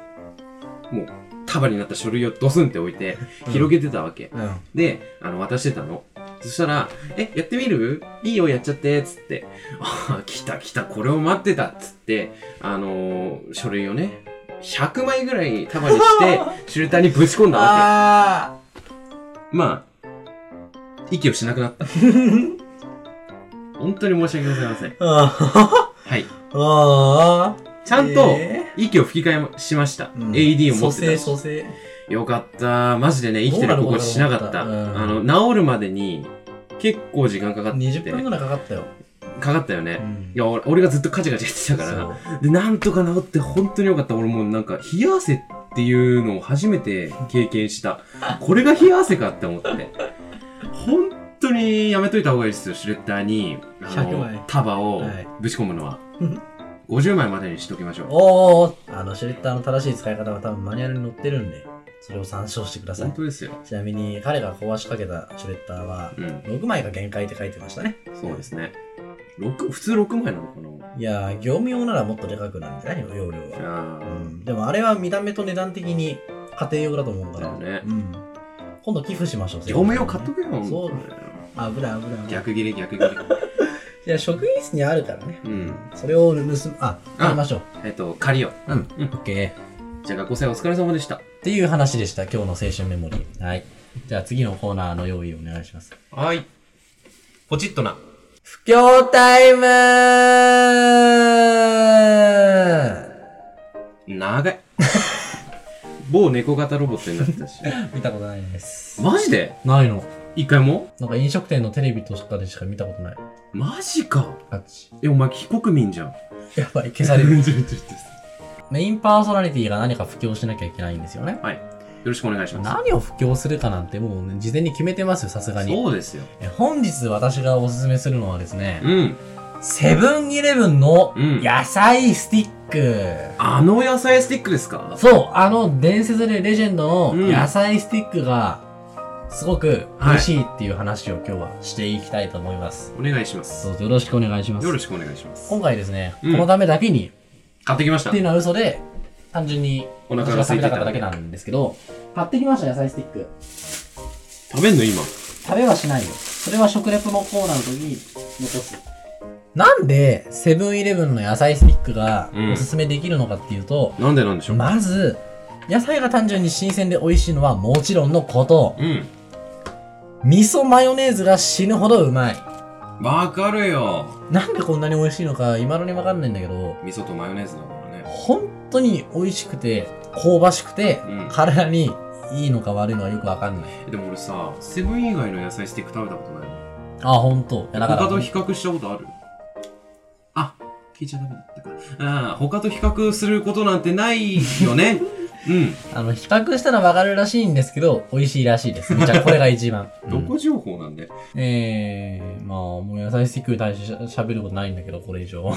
[SPEAKER 2] 束になった書類をドスンって置いて、広げてたわけ。
[SPEAKER 1] うん。
[SPEAKER 2] で、あの、渡してたの。そしたら、え、やってみるいいよ、やっちゃって、つって。ああ、来た来た、これを待ってた、つって、あのー書類をね、100枚ぐらい束 にして、シュルターにぶち込んだわ
[SPEAKER 1] あ
[SPEAKER 2] け。まあ、息をしなくな った。本当に申し訳ございません。
[SPEAKER 1] ー。 あ
[SPEAKER 2] はい。
[SPEAKER 1] ー。あー。
[SPEAKER 2] ちゃんと、
[SPEAKER 1] え
[SPEAKER 2] 息を吹き替えしました。
[SPEAKER 1] ーうん
[SPEAKER 2] AD を持ってたし。
[SPEAKER 1] 蘇生、蘇生。
[SPEAKER 2] よかった。マジでね、生きてる心地しなかった。
[SPEAKER 1] どうなることだろう
[SPEAKER 2] あの、治るまでに、結構時間かかって。
[SPEAKER 1] 20分ぐらいかかったよ。
[SPEAKER 2] かかったよね。
[SPEAKER 1] ん
[SPEAKER 2] いや、俺俺がずっとカチャカチャしてたから。で、なんとか治って本当によかった。俺もうなんか、冷や汗っていうのを初めて経験した。これが冷や汗かって思って。本当にやめといた方がいいですよ、シュレッダーに。あ
[SPEAKER 1] 100
[SPEAKER 2] の
[SPEAKER 1] 枚、
[SPEAKER 2] 束を
[SPEAKER 1] はい
[SPEAKER 2] ぶち込むのは
[SPEAKER 1] うん。
[SPEAKER 2] 50枚までにしときましょう。
[SPEAKER 1] おおあのシュレッダーの正しい使い方は多分マニュアルに載ってるんでそれを参照してくださ
[SPEAKER 2] 本
[SPEAKER 1] い
[SPEAKER 2] 当ですよ。
[SPEAKER 1] ちなみに彼が壊しかけたシュレッダーは
[SPEAKER 2] うん。
[SPEAKER 1] 6枚が限界って書いてましたね
[SPEAKER 2] そうですね。六普通6枚なのかない
[SPEAKER 1] やー業務用ならもっとでかくなるんじゃないの容量は、
[SPEAKER 2] あ
[SPEAKER 1] う
[SPEAKER 2] ー
[SPEAKER 1] ん、でもあれは見た目と値段的に家庭用だと思うから
[SPEAKER 2] だよね
[SPEAKER 1] うん、今度寄付しましょう
[SPEAKER 2] 業務用買っとけよ。
[SPEAKER 1] そう油油油
[SPEAKER 2] 逆切れ逆切れ。
[SPEAKER 1] いや職員室にあるからね
[SPEAKER 2] うん。
[SPEAKER 1] それを盗むあ買いましょう
[SPEAKER 2] えっと、借りよう。
[SPEAKER 1] うん
[SPEAKER 2] うん
[SPEAKER 1] OK
[SPEAKER 2] じゃあ学校生お疲れ様でした。
[SPEAKER 1] っていう話でした今日の青春メモリーはいじゃあ次のコーナーの用意お願いします
[SPEAKER 2] はい。ポチッとな。
[SPEAKER 1] 不況タイムー
[SPEAKER 2] 長 い。某猫型ロボットになってたし。
[SPEAKER 1] 見たことないです。
[SPEAKER 2] マジで
[SPEAKER 1] ないの。
[SPEAKER 2] 一回も
[SPEAKER 1] なんか飲食店のテレビとかでしか見たことない。
[SPEAKER 2] マジか。
[SPEAKER 1] ガチ。
[SPEAKER 2] え、お前非国民じゃん。
[SPEAKER 1] やばい、消される。
[SPEAKER 2] ちょちょちょちょ
[SPEAKER 1] メインパーソナリティが何か布教しなきゃいけないんですよね。
[SPEAKER 2] はい。よろしくお願いします。
[SPEAKER 1] 何を布教するかなんてもう、ね、事前に決めてますよ、さすがに。
[SPEAKER 2] そうですよ。
[SPEAKER 1] え本日私がおすすめするのはですね、
[SPEAKER 2] うん。
[SPEAKER 1] セブンイレブンの
[SPEAKER 2] うん
[SPEAKER 1] 野菜スティック。
[SPEAKER 2] あの野菜スティックですか
[SPEAKER 1] そう、あの伝説でレジェンドの
[SPEAKER 2] うん
[SPEAKER 1] 野菜スティックが、すごく美味しいっていう話を今日はしていきたいと思います。
[SPEAKER 2] お願いします。
[SPEAKER 1] そうよろしくお願いします
[SPEAKER 2] よ。ろしくお願いします。
[SPEAKER 1] 今回ですね、
[SPEAKER 2] うん
[SPEAKER 1] このためだけに、
[SPEAKER 2] 買ってきました
[SPEAKER 1] ってい。うのは嘘で、単純に
[SPEAKER 2] お腹が空いてた
[SPEAKER 1] 私食べたかっただけなんですけど、買ってきました野菜スティック。
[SPEAKER 2] 食べんの今。
[SPEAKER 1] 食べはしないよ。それは食レポのコーナーの時に残す。なんで、セブンイレブンの野菜スティックが
[SPEAKER 2] うん
[SPEAKER 1] おすすめできるのかっていうと、
[SPEAKER 2] なんでなんでしょう
[SPEAKER 1] まず、野菜が単純に新鮮で美味しいのはもちろんのこと、
[SPEAKER 2] うん。
[SPEAKER 1] 味噌マヨネーズが死ぬほどうまい。
[SPEAKER 2] わかるよ。
[SPEAKER 1] なんでこんなに美味しいのか今のにわかんないんだけど、
[SPEAKER 2] 味噌とマヨネーズだからね。
[SPEAKER 1] 本当に美味しくて、香ばしくて、
[SPEAKER 2] うん
[SPEAKER 1] 体にいいのか悪いのかよくわかんない。
[SPEAKER 2] でも俺さ、セブン以外の野菜スティック食べたことないの。
[SPEAKER 1] あ、本当。いやだか
[SPEAKER 2] 他
[SPEAKER 1] ら
[SPEAKER 2] と、比較したことある あ、聞いちゃダメだったか。ああ、他と比較することなんてないよね。うん。
[SPEAKER 1] あの、比較したらわかるらしいんですけど、美味しいらしいです。めっちゃこれが一番。
[SPEAKER 2] どこ情報なんで。
[SPEAKER 1] ええまあ、もう野菜スティックに対してしゃべることないんだけど、これ以上。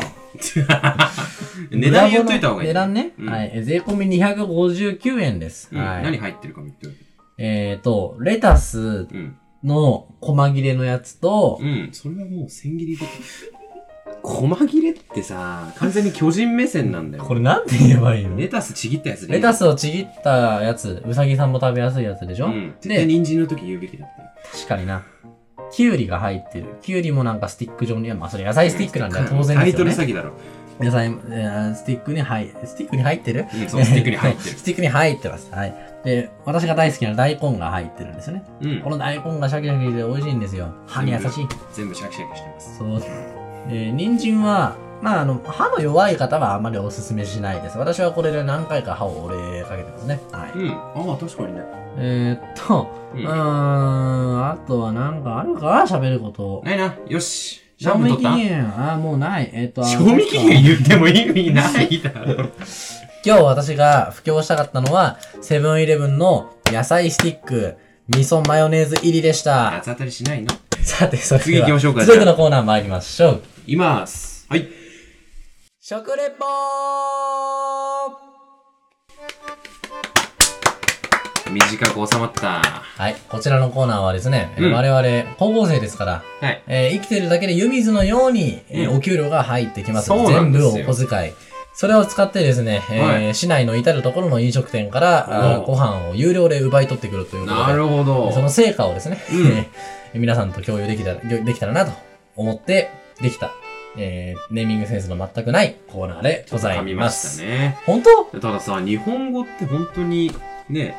[SPEAKER 2] 値段言っといた方がいい。
[SPEAKER 1] 値段ね。
[SPEAKER 2] うん
[SPEAKER 1] はい。え税込み259円です。
[SPEAKER 2] うん
[SPEAKER 1] はい。
[SPEAKER 2] 何入ってるか見ておいて。
[SPEAKER 1] えっ、と、レタス
[SPEAKER 2] うん。
[SPEAKER 1] の細切れのやつと、
[SPEAKER 2] うん。それはもう千切りで。細切れってさ、完全に巨人目線なんだよ。
[SPEAKER 1] これなんて言えばいいの
[SPEAKER 2] レタスちぎったやつでいい
[SPEAKER 1] レタスをちぎったやつ、うさぎさんも食べやすいやつでしょ、
[SPEAKER 2] うん。絶対人参の時言うべきだったよ。
[SPEAKER 1] 確かにな。キュウリが入ってる。キュウリもなんかスティック状に、まあそれ野菜スティックなんだよ。当然
[SPEAKER 2] タ
[SPEAKER 1] で
[SPEAKER 2] イ
[SPEAKER 1] す
[SPEAKER 2] ト
[SPEAKER 1] よ
[SPEAKER 2] ル
[SPEAKER 1] ね。
[SPEAKER 2] 詐欺だろ。
[SPEAKER 1] 野菜、えースティックに入、スティックに入ってる
[SPEAKER 2] うん、そのスティックに入って
[SPEAKER 1] えー スティックに入ってます。はい。で、私が大好きな大根が入ってるんですよね。
[SPEAKER 2] る。うん
[SPEAKER 1] こ。の大根がシャキシャキで美味しいんですよ。歯に優しい。
[SPEAKER 2] 全部シャキシャキしてます。
[SPEAKER 1] そう。で、人参は、まあ、あの、歯の弱い方はあまりおすすめしないです。私はこれで何回か歯を折れかけてますね。はい。
[SPEAKER 2] うん。ああ、確かにね。
[SPEAKER 1] えー、っと、
[SPEAKER 2] う
[SPEAKER 1] うー
[SPEAKER 2] ん
[SPEAKER 1] ん、あとはなんかあるか喋ること。
[SPEAKER 2] ないな。よし。
[SPEAKER 1] 賞味期
[SPEAKER 2] シ
[SPEAKER 1] 限、あー、もうない。えーっと、あの
[SPEAKER 2] 賞味期限言っても意味ないだろ。
[SPEAKER 1] 今日私が布教したかったのは、セブンイレブンの野菜スティック、味噌マヨネーズ入りでした。
[SPEAKER 2] 八つ当たりしないの
[SPEAKER 1] さて、それでは
[SPEAKER 2] 次行きましょうか
[SPEAKER 1] 続いてのコーナー参りましょう。
[SPEAKER 2] います。はい。
[SPEAKER 1] 食レポ
[SPEAKER 2] 短く収まった。
[SPEAKER 1] はい、こちらのコーナーはですね、えー
[SPEAKER 2] うん
[SPEAKER 1] 我々、高校生ですから、
[SPEAKER 2] はい。
[SPEAKER 1] えー生きてるだけで湯水のように、えー
[SPEAKER 2] うん
[SPEAKER 1] お給料が入ってきます。
[SPEAKER 2] そうな
[SPEAKER 1] 全
[SPEAKER 2] んです
[SPEAKER 1] 部
[SPEAKER 2] よ
[SPEAKER 1] お小遣い。それを使ってですね、えー
[SPEAKER 2] は
[SPEAKER 1] 市内の至るところの飲食店から、あ
[SPEAKER 2] お
[SPEAKER 1] ー
[SPEAKER 2] う
[SPEAKER 1] ご飯を有料で奪い取ってくるということで
[SPEAKER 2] な、るほど。
[SPEAKER 1] その成果をですね、
[SPEAKER 2] う
[SPEAKER 1] 皆さんと共有できたら、できたらなと思って、できた、えーネーミングセンスの全くないコーナーでござい
[SPEAKER 2] 噛み
[SPEAKER 1] ま。
[SPEAKER 2] ますしたね。
[SPEAKER 1] 本当
[SPEAKER 2] たださ、日本語って本当にね、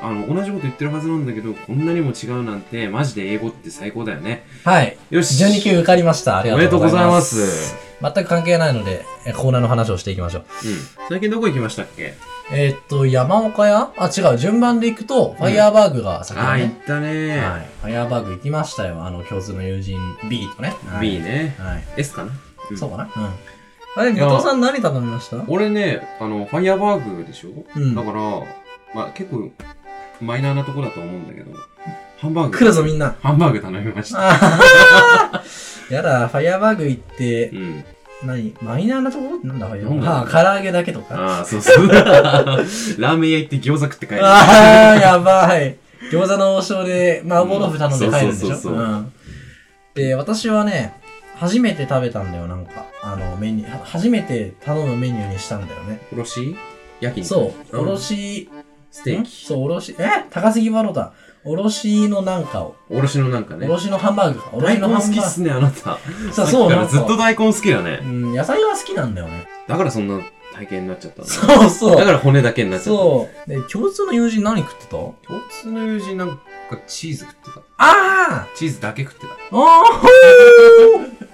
[SPEAKER 2] あの、同じこと言ってるはずなんだけど、こんなにも違うなんて、マジで英語って最高だよね。
[SPEAKER 1] はい。
[SPEAKER 2] よし。
[SPEAKER 1] 12級受かりました。あり
[SPEAKER 2] お
[SPEAKER 1] が
[SPEAKER 2] めで
[SPEAKER 1] と
[SPEAKER 2] と
[SPEAKER 1] う
[SPEAKER 2] う
[SPEAKER 1] ご
[SPEAKER 2] ご
[SPEAKER 1] ざ
[SPEAKER 2] ざ
[SPEAKER 1] い
[SPEAKER 2] い
[SPEAKER 1] ま。
[SPEAKER 2] ますす。
[SPEAKER 1] 全く関係ないので、えーコーナーの話をしていきましょう。
[SPEAKER 2] うん。最近どこ行きましたっけ
[SPEAKER 1] えーっと、山岡屋あ、違う。順番で行くと、ファイヤーバーグが先
[SPEAKER 2] あ
[SPEAKER 1] だ
[SPEAKER 2] ー、行
[SPEAKER 1] ね
[SPEAKER 2] っ、たね
[SPEAKER 1] はい。ファイヤーバーグ行きましたよ。あの、共通の友人 B とね。はい
[SPEAKER 2] B。ね。
[SPEAKER 1] はい。
[SPEAKER 2] S かな、うん
[SPEAKER 1] そうかな。うん。あれ、後藤さん何頼みました
[SPEAKER 2] 俺ね、あの、ファイヤーバーグでしょ、
[SPEAKER 1] うん
[SPEAKER 2] だから、まあ結構、マイナーなとこだと思うんだけど、ハンバーグ。
[SPEAKER 1] 来るぞみんな。
[SPEAKER 2] ハンバーグ頼みました。
[SPEAKER 1] あーやだ、ファイヤーバーグ行って
[SPEAKER 2] う、ん。
[SPEAKER 1] 何マイナーなところってなんだ、ファイヤーバーグ。
[SPEAKER 2] なんだ
[SPEAKER 1] あー、唐揚げだけとか。
[SPEAKER 2] ああ、そう そう。ラーメン屋行って餃子食って帰る。
[SPEAKER 1] ああ、やばい。餃子の王将で麻婆豆腐頼んで帰るんでし
[SPEAKER 2] うん
[SPEAKER 1] ょ。
[SPEAKER 2] そうそうそううそうん
[SPEAKER 1] で、私はね、初めて食べたんだよ、なんか。あの、メニュー、初めて頼むメニューにしたんだよね。
[SPEAKER 2] おろし焼き肉
[SPEAKER 1] そう、おろ
[SPEAKER 2] し。
[SPEAKER 1] し、
[SPEAKER 2] ステー
[SPEAKER 1] ん
[SPEAKER 2] キ。
[SPEAKER 1] そう、おろし、え高杉バロだ。おろしのなんかを。
[SPEAKER 2] おろしのなんか
[SPEAKER 1] お
[SPEAKER 2] ね。
[SPEAKER 1] ろしのハンバーグか。おろし
[SPEAKER 2] 大根
[SPEAKER 1] のハンバ
[SPEAKER 2] 好
[SPEAKER 1] ーグ。
[SPEAKER 2] きっすね、あなた。
[SPEAKER 1] そう、そう、
[SPEAKER 2] だか
[SPEAKER 1] なん
[SPEAKER 2] らずっと
[SPEAKER 1] か。
[SPEAKER 2] 大根好きだ
[SPEAKER 1] う
[SPEAKER 2] ね。
[SPEAKER 1] ん、野菜は好きなんだよね。
[SPEAKER 2] だからそんな体験になっちゃったんだ。
[SPEAKER 1] そうそ
[SPEAKER 2] だ
[SPEAKER 1] う。
[SPEAKER 2] から骨だけになっちゃった。
[SPEAKER 1] そう。で、共通の友人何食ってた
[SPEAKER 2] 共通の友人なんかチーズ食ってた。
[SPEAKER 1] ああ
[SPEAKER 2] チーズだけ食ってた。
[SPEAKER 1] お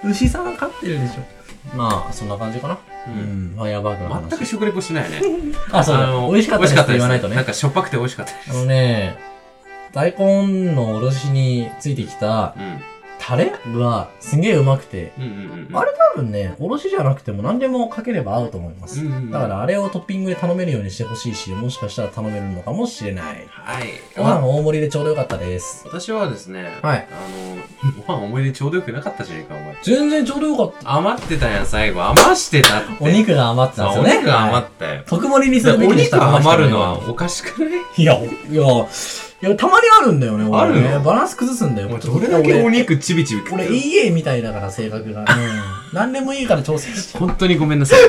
[SPEAKER 1] お牛さん飼ってるでしょまあそんな感じかなう
[SPEAKER 2] うん
[SPEAKER 1] んファイヤーバーグの話
[SPEAKER 2] 全く食レポしないね。
[SPEAKER 1] あそう
[SPEAKER 2] あ
[SPEAKER 1] だ
[SPEAKER 2] の
[SPEAKER 1] 美味しかったですって言わないと
[SPEAKER 2] 美味しかったですなん
[SPEAKER 1] ね
[SPEAKER 2] かしょっぱくて美味しかったで
[SPEAKER 1] あのね大根のおろしについてきた
[SPEAKER 2] す。
[SPEAKER 1] タレはすげえうまくて
[SPEAKER 2] うん。うんうんうん。
[SPEAKER 1] あれ多分ねおろしじゃなくても何でもかければ合うと思いま
[SPEAKER 2] う
[SPEAKER 1] す
[SPEAKER 2] んうん、
[SPEAKER 1] だから、あれをトッピングで頼めるようにしてほしいしもしかしたら頼めるのかもしれない
[SPEAKER 2] はい。
[SPEAKER 1] ご飯大盛りでちょうどよかったです
[SPEAKER 2] 私はですね、
[SPEAKER 1] はい
[SPEAKER 2] あの、ご飯思い出ちょうどよくなかったじゃねえか、お前。
[SPEAKER 1] 全然ちょうどよかった
[SPEAKER 2] 余ってたやん、最後。余してたって。
[SPEAKER 1] お肉が余ってたんです
[SPEAKER 2] そうお
[SPEAKER 1] よね
[SPEAKER 2] 肉が
[SPEAKER 1] はい
[SPEAKER 2] 余ったよ。
[SPEAKER 1] 特盛りにするべ
[SPEAKER 2] お
[SPEAKER 1] きでした。
[SPEAKER 2] 肉が余るの
[SPEAKER 1] こ
[SPEAKER 2] はおかしくない
[SPEAKER 1] 人。いや、いや、いや、たまにあるんだよね、俺
[SPEAKER 2] あるの
[SPEAKER 1] ねバランス崩すんだよ。
[SPEAKER 2] もうどれだけお
[SPEAKER 1] 俺
[SPEAKER 2] 肉ちびちび食って
[SPEAKER 1] 俺、
[SPEAKER 2] る
[SPEAKER 1] EA みたいだから、性格が。うん。何でもいいから調整して。
[SPEAKER 2] 本当にごめんなさい。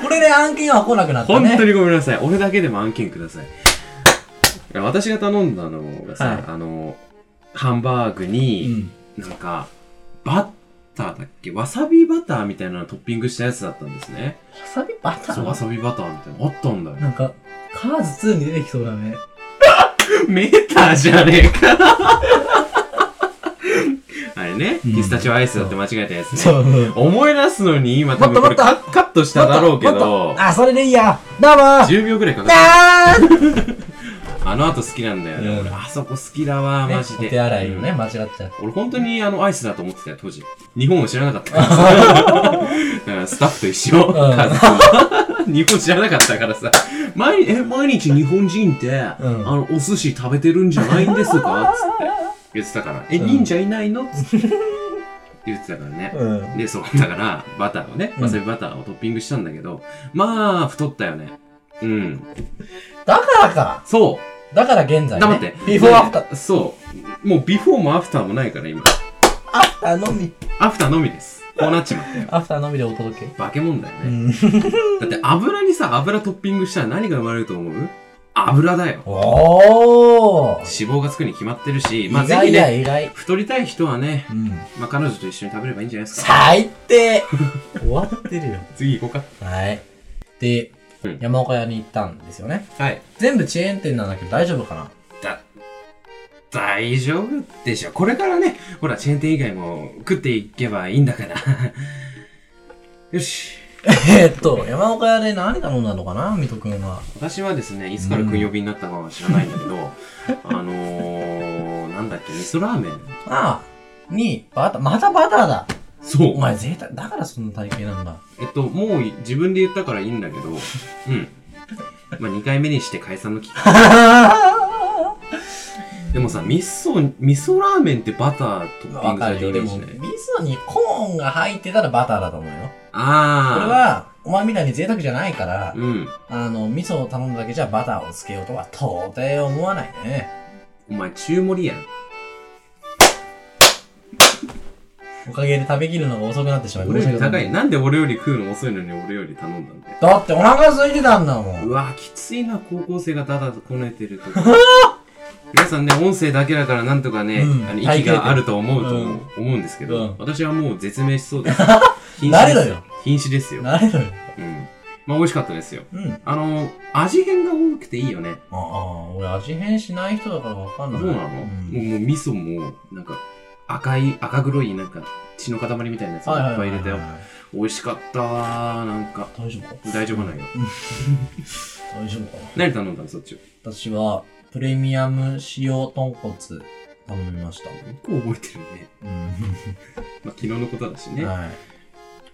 [SPEAKER 1] これで案件は来なくなった
[SPEAKER 2] 本
[SPEAKER 1] ね。
[SPEAKER 2] 当にごめんなさい。俺だけでも案件ください。いや私が頼んだのが
[SPEAKER 1] はい
[SPEAKER 2] さ、あの、ハンバーグ
[SPEAKER 1] う
[SPEAKER 2] に、
[SPEAKER 1] ん。
[SPEAKER 2] なんか、バッターだっけわさびバターみたいなのトッピングしたやつだったんですね。
[SPEAKER 1] わさびバタ
[SPEAKER 2] そう、わ
[SPEAKER 1] ー
[SPEAKER 2] さびバターみたいなのあったんだよ。
[SPEAKER 1] なんか、カーズ2に出てきそうだね。
[SPEAKER 2] メーターじゃねえか。 あれね、
[SPEAKER 1] うん
[SPEAKER 2] ピスタチオアイスだって間違えたやつね。
[SPEAKER 1] そう。うん
[SPEAKER 2] 思い出すのに今多分こ
[SPEAKER 1] 待
[SPEAKER 2] れ
[SPEAKER 1] った
[SPEAKER 2] カ
[SPEAKER 1] 待
[SPEAKER 2] ッカットしただろうけ
[SPEAKER 1] もっ
[SPEAKER 2] ど
[SPEAKER 1] と、あ、それでいいや。どうもー
[SPEAKER 2] 10秒くらいかかった。
[SPEAKER 1] あー
[SPEAKER 2] あの後好きなんだよ
[SPEAKER 1] うん
[SPEAKER 2] ね。俺、あそこ好きだわ、マジ
[SPEAKER 1] ねお
[SPEAKER 2] で。
[SPEAKER 1] 手洗いをね、間違っちゃう。
[SPEAKER 2] 俺本当にあのアイスだと思ってたよ、当時。日本を知らなかったから。だからスタッフと一緒。
[SPEAKER 1] ん
[SPEAKER 2] 家族は 日本知らなかったからさ。毎日、え、毎日日本人って、
[SPEAKER 1] ん
[SPEAKER 2] あの、お寿司食べてるんじゃないんですかつって言ってたから。え、
[SPEAKER 1] うん
[SPEAKER 2] 忍者いないのつって言ってたからね。
[SPEAKER 1] うん。
[SPEAKER 2] で、そう、だから、バターをね、
[SPEAKER 1] うん
[SPEAKER 2] わさびバターをトッピングしたんだけど、まあ、太ったよね。うん。
[SPEAKER 1] だからか。
[SPEAKER 2] そ
[SPEAKER 1] だから現在、ね。
[SPEAKER 2] う。黙って。
[SPEAKER 1] ビフォーアフター。
[SPEAKER 2] ー。そう。もうビフォーもアフターもないから、今。
[SPEAKER 1] アフターのみ。
[SPEAKER 2] アフターのみです。こうなっちまったよ。
[SPEAKER 1] アフターのみでお届け。
[SPEAKER 2] 化け物だよね。
[SPEAKER 1] うん。
[SPEAKER 2] だって油にさ、油トッピングしたら何が生まれると思う油だよ。
[SPEAKER 1] おー。
[SPEAKER 2] 脂肪がつくに決まってるし、まあ、
[SPEAKER 1] 意
[SPEAKER 2] ぜ
[SPEAKER 1] 外
[SPEAKER 2] ひ
[SPEAKER 1] や
[SPEAKER 2] ね、
[SPEAKER 1] 意外。
[SPEAKER 2] 太りたい人はね、
[SPEAKER 1] うん。
[SPEAKER 2] まあ、彼女と一緒に食べればいいんじゃないですか。
[SPEAKER 1] 最低終わってるよ。
[SPEAKER 2] 次行こう
[SPEAKER 1] はい。で
[SPEAKER 2] うん、
[SPEAKER 1] 山岡屋に行ったんですよね。
[SPEAKER 2] か。はい。
[SPEAKER 1] 全部チェーン店なんだけど大丈夫かな
[SPEAKER 2] だ、大丈夫でしょ。これからね、ほら、チェーン店以外も食っていけばいいんだから。 よし。
[SPEAKER 1] えーっと、山岡屋で何頼んだのかな水戸くんは。
[SPEAKER 2] 私はですね、いつから訓呼びになったかは知らないんだけど、あのー、なんだっけ、味噌ラーメン。
[SPEAKER 1] ああ、に、バター、またバターだ
[SPEAKER 2] そう
[SPEAKER 1] お前贅沢、だからそんな体型なんだ。
[SPEAKER 2] えっと、もう自分で言ったからいいんだけど、 うん。まあ、2回目にして解散のきっ かけ。でもさ、味噌、味噌ラーメンってバタートッピン
[SPEAKER 1] わ
[SPEAKER 2] グさ
[SPEAKER 1] か
[SPEAKER 2] れ
[SPEAKER 1] る
[SPEAKER 2] て
[SPEAKER 1] よ。
[SPEAKER 2] るイ
[SPEAKER 1] で
[SPEAKER 2] メー
[SPEAKER 1] も、
[SPEAKER 2] ジ
[SPEAKER 1] 味
[SPEAKER 2] ね。
[SPEAKER 1] 噌にコーンが入ってたらバターだと思うよ。これ
[SPEAKER 2] あ
[SPEAKER 1] は、お前みたいに贅沢じゃないから
[SPEAKER 2] ー。、うん。
[SPEAKER 1] あの、味噌を頼んだだけじゃバターをつけようとは到底思わないね。
[SPEAKER 2] お前、中盛りやん。
[SPEAKER 1] おかげで食べきるのが遅くなってしまい
[SPEAKER 2] 俺より高。
[SPEAKER 1] ない
[SPEAKER 2] なんで俺より食うの遅いのに俺より頼んだんだよ。
[SPEAKER 1] だってお腹空いてたんだも。
[SPEAKER 2] うんわきついな、高校生がダダとこねてると か。皆さんね、音声だけだからなんとかね、
[SPEAKER 1] うん
[SPEAKER 2] あの
[SPEAKER 1] 耐えきれ
[SPEAKER 2] 息
[SPEAKER 1] てる
[SPEAKER 2] があると思うと
[SPEAKER 1] うん
[SPEAKER 2] 思うんですけど、
[SPEAKER 1] うん
[SPEAKER 2] 私はもう絶命しそう です。瀕
[SPEAKER 1] なれ
[SPEAKER 2] 死で
[SPEAKER 1] ろ
[SPEAKER 2] す
[SPEAKER 1] よ。
[SPEAKER 2] 瀕死ですよ。
[SPEAKER 1] なれろよ。
[SPEAKER 2] うん。まあ美味しかったですよ。
[SPEAKER 1] うん。あ
[SPEAKER 2] あの、味変が多くていいよね。
[SPEAKER 1] あー、俺味変しない人だからわかんな
[SPEAKER 2] そう
[SPEAKER 1] い。
[SPEAKER 2] なの、もう、もう味噌も、なんか、赤い、赤黒い、なんか、血の塊みたいなやつを
[SPEAKER 1] はいは
[SPEAKER 2] っぱい入れて、
[SPEAKER 1] はは
[SPEAKER 2] 美味しかったわー、なんか。
[SPEAKER 1] 大丈夫か
[SPEAKER 2] 大丈夫なんよ。
[SPEAKER 1] 大丈夫かな
[SPEAKER 2] 何頼んだのそっちを。
[SPEAKER 1] 私は、プレミアム塩豚骨頼みました。
[SPEAKER 2] よく覚えてるね。
[SPEAKER 1] うん。
[SPEAKER 2] まあ、昨日のことだしね。
[SPEAKER 1] はい。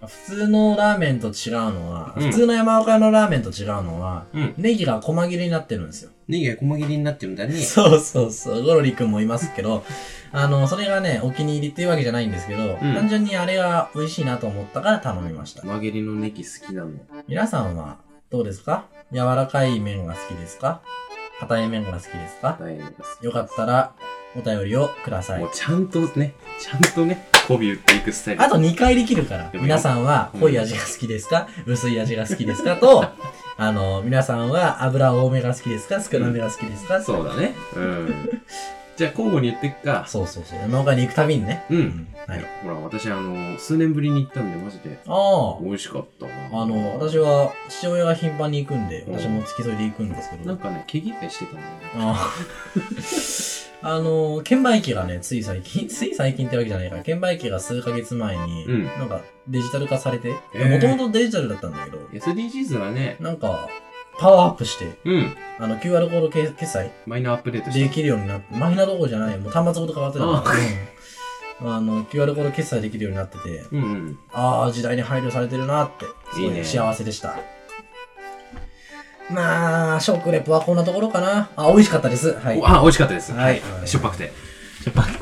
[SPEAKER 1] 普通のラーメンと違うのは、
[SPEAKER 2] うん
[SPEAKER 1] 普通の山岡屋のラーメンと違うのは、
[SPEAKER 2] うん。
[SPEAKER 1] ネギが細切れになってるんですよ。
[SPEAKER 2] ネギが細切りになってるんだね。
[SPEAKER 1] そうそうそう、ゴロリ君もいますけど、あの、それがね、お気に入りっていうわけじゃないんですけど、
[SPEAKER 2] うん
[SPEAKER 1] 単純にあれが美味しいなと思ったから頼みました。
[SPEAKER 2] 細切りのネギ好きなの。
[SPEAKER 1] 皆さんはどうですか柔らかい麺が好きですか硬い麺が好きですか
[SPEAKER 2] 大変です。
[SPEAKER 1] よかったらお便りをください
[SPEAKER 2] もう。ちゃんとね、ちゃんとね、媚び打っていくスタイル。
[SPEAKER 1] あと2回できるから、
[SPEAKER 2] でもよ
[SPEAKER 1] 皆さんは濃い味が好きですか薄い味が好きですか と、あの、皆さんは油多めが好きですか少なめが好きですか、そう
[SPEAKER 2] そうだね。 うん。じゃあ、交互に言ってくか。
[SPEAKER 1] そうそう山岡に行くたびにね。
[SPEAKER 2] うん
[SPEAKER 1] はい。
[SPEAKER 2] ほら、私、あの、数年ぶりに行ったんで、マジで。
[SPEAKER 1] ああ。
[SPEAKER 2] 美味しかったな
[SPEAKER 1] あの、私は、父親が頻繁に行くんで、
[SPEAKER 2] うん
[SPEAKER 1] 私も付き添いで行くんですけど、
[SPEAKER 2] なんかね毛嫌いしてたんだよね
[SPEAKER 1] あ ああの、券売機がね、つい最近、 つい最近ってわけじゃないから、券売機が数ヶ月前に、
[SPEAKER 2] うん
[SPEAKER 1] なんかデジタル化されて、
[SPEAKER 2] へー
[SPEAKER 1] もともとデジタルだったんだけど、
[SPEAKER 2] SDGs はね
[SPEAKER 1] なんか、パワーアップして、
[SPEAKER 2] うん
[SPEAKER 1] あの、QR コード決決済
[SPEAKER 2] マイナーアップデート
[SPEAKER 1] で
[SPEAKER 2] し
[SPEAKER 1] きるようになって、マイナどころじゃない、もう端末ごと変わってたから、うんあの、QR コード決済できるようになってて、
[SPEAKER 2] たうんうん
[SPEAKER 1] ああ、時代に配慮されてるなって、すごい
[SPEAKER 2] いいね
[SPEAKER 1] ね、幸せでした。まあ、食レポはこんなところかな。あ、美味しかったです。はい。
[SPEAKER 2] おあ美味しかったです
[SPEAKER 1] はい
[SPEAKER 2] しょっぱくて
[SPEAKER 1] ちょっと待って。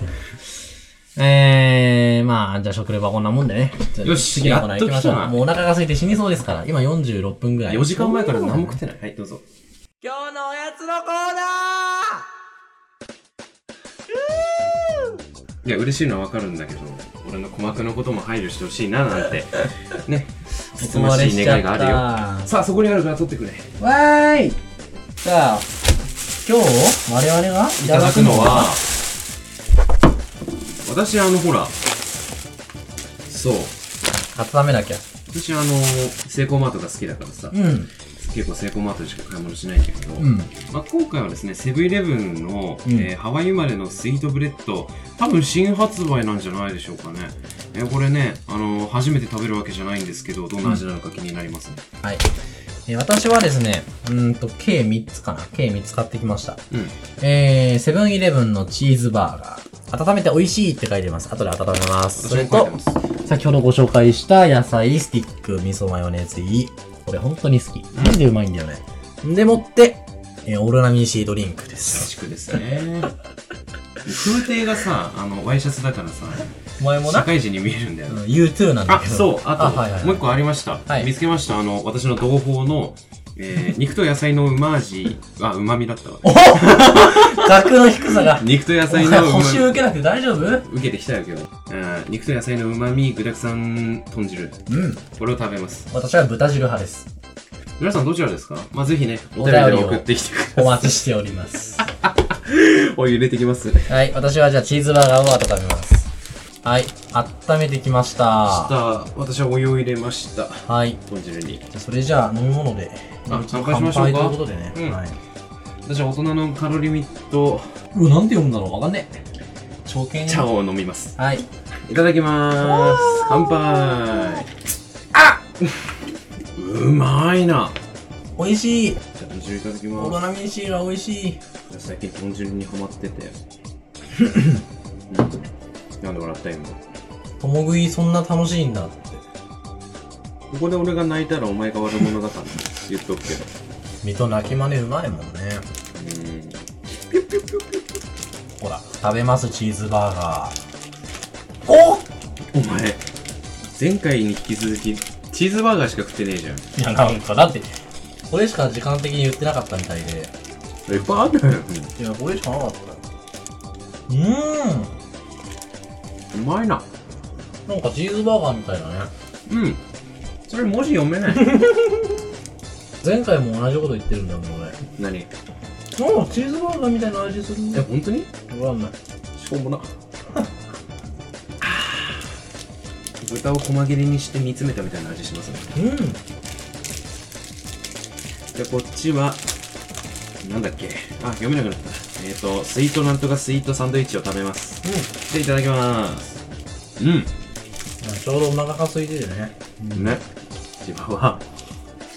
[SPEAKER 1] えー、まあ、じゃあ食レポはこんなもんでね。
[SPEAKER 2] よし
[SPEAKER 1] 次のコーナー行きましょう
[SPEAKER 2] やっと来たな
[SPEAKER 1] もうお腹が空いて死にそうですから、今46分ぐらい。
[SPEAKER 2] 4時間前から何も食ってないはいどうぞ
[SPEAKER 1] 今日のおやつのコー
[SPEAKER 2] いや嬉しいのはわかるんだけど俺の鼓膜のことも配慮してほしいなな んてね
[SPEAKER 1] ナー
[SPEAKER 2] つつましい願いがあ
[SPEAKER 1] あ
[SPEAKER 2] るよさあそこにあるから取ってくれ
[SPEAKER 1] るよ。わーいじゃあ、今日、我々がい
[SPEAKER 2] いただくのは私あのほらそう
[SPEAKER 1] 温めなきゃ。
[SPEAKER 2] 私あのセイコーマートが好きだからさ
[SPEAKER 1] うん。
[SPEAKER 2] 結構セイコーマートでしか買い物しないんだけど、
[SPEAKER 1] うん。
[SPEAKER 2] まあ、今回はですねセブンイレブンの、
[SPEAKER 1] うん
[SPEAKER 2] えーハワイ生まれのスイートブレッド多分新発売なんじゃないでしょうかね、えーこれね、あのー初めて食べるわけじゃないんですけどどんな味なのか気になりますね
[SPEAKER 1] はい。えー私はですね、うーんと、計3つかな。計3つ買ってきました。
[SPEAKER 2] うん、
[SPEAKER 1] えー、セブンイレブンのチーズバーガー。温めて美味しいって書いてます。後で温めます。そ
[SPEAKER 2] 私
[SPEAKER 1] れ
[SPEAKER 2] も書い
[SPEAKER 1] と
[SPEAKER 2] て、ます
[SPEAKER 1] 先ほどご紹介した野菜、スティック、味噌マヨネーズ入り、これ本当に好き。マジでうまいんだよね。でもって、えーオーロラミンシードリンクです。
[SPEAKER 2] しくです ね。風景がさ、あの、ワイシャツだからさ、
[SPEAKER 1] お前も
[SPEAKER 2] 社
[SPEAKER 1] な、
[SPEAKER 2] 会人に見えるんだよ
[SPEAKER 1] う
[SPEAKER 2] ね。
[SPEAKER 1] ん U2 なんだ
[SPEAKER 2] あ、
[SPEAKER 1] けど。
[SPEAKER 2] そう、
[SPEAKER 1] あ
[SPEAKER 2] あ
[SPEAKER 1] はいはいはい
[SPEAKER 2] と、もう一個ありました
[SPEAKER 1] は。い
[SPEAKER 2] 見つけました。あの、私の同胞の、 えー肉と野菜のうま味、あ、うまみだったわ。
[SPEAKER 1] 額の低さが。
[SPEAKER 2] 肉と
[SPEAKER 1] お
[SPEAKER 2] 野
[SPEAKER 1] 前
[SPEAKER 2] 菜のうま
[SPEAKER 1] 補
[SPEAKER 2] み
[SPEAKER 1] 修。受けなくて大丈夫うん。
[SPEAKER 2] 受けてきたよ今日、うん、肉と野菜のうまみ具だくさん豚汁これを食べます
[SPEAKER 1] 私は豚汁派です。
[SPEAKER 2] 皆さんどちらですかまあぜひねお
[SPEAKER 1] お
[SPEAKER 2] 便
[SPEAKER 1] 便りを
[SPEAKER 2] りで送ってきてく
[SPEAKER 1] お
[SPEAKER 2] ださい
[SPEAKER 1] 待ちしております。
[SPEAKER 2] お湯入れてきますし
[SPEAKER 1] はい、私はじゃあチーズバーガーを温めます。はい、温めてきました。
[SPEAKER 2] た私はお湯を入れました
[SPEAKER 1] はい。
[SPEAKER 2] 豚汁に
[SPEAKER 1] じゃあそれじゃあ飲み物で。
[SPEAKER 2] あ乾杯しましょ
[SPEAKER 1] 乾
[SPEAKER 2] うか
[SPEAKER 1] 杯ということでね。
[SPEAKER 2] うん
[SPEAKER 1] はい。
[SPEAKER 2] 私は大人のカロリーミット
[SPEAKER 1] うわ、なんて読むんだろうわかんねえ。長剣
[SPEAKER 2] 茶を飲みます
[SPEAKER 1] はい。
[SPEAKER 2] いただきまーす乾杯あうまいな
[SPEAKER 1] 美味しい。
[SPEAKER 2] じゃあ豚汁いただき
[SPEAKER 1] オー
[SPEAKER 2] ま
[SPEAKER 1] ロラミンシールは美味しい。
[SPEAKER 2] す最近豚汁にハマっててうんなんで笑った今
[SPEAKER 1] とも食いそんな楽しいんだって。
[SPEAKER 2] ここで俺が泣いたらお前が悪者だから言っとくけど。
[SPEAKER 1] 水戸泣き真似うまいもんね。
[SPEAKER 2] うん。
[SPEAKER 1] ほら、食べますチーズバーガー。お
[SPEAKER 2] お前、前回に引き続き、チーズバーガーしか食ってねえじゃん。
[SPEAKER 1] いや、なんか、だって、これしか時間的に言ってなかったみたいで。
[SPEAKER 2] いっぱいあったよ。
[SPEAKER 1] いや、これしかなかった。うーん。
[SPEAKER 2] うまいな。
[SPEAKER 1] なんかチーズバーガーみたいだね。
[SPEAKER 2] うん。それ文字読めない。
[SPEAKER 1] 前回も同じこと言ってるんだもん、俺。
[SPEAKER 2] 何え、
[SPEAKER 1] うん、チーズバーガーみたいな味するね。
[SPEAKER 2] 本当に
[SPEAKER 1] わかんない。
[SPEAKER 2] しょうもな。あー豚を細切れにして煮詰めたみたいな味しますね。
[SPEAKER 1] うん。
[SPEAKER 2] で、こっちは、なんだっけ。あ、読めなくなった。えっ、ー、と、スイートなんとかスイートサンドイッチを食べます。
[SPEAKER 1] う
[SPEAKER 2] で、いただきます。うん。
[SPEAKER 1] ん。ちょうどお腹が空いててね。
[SPEAKER 2] ね自分は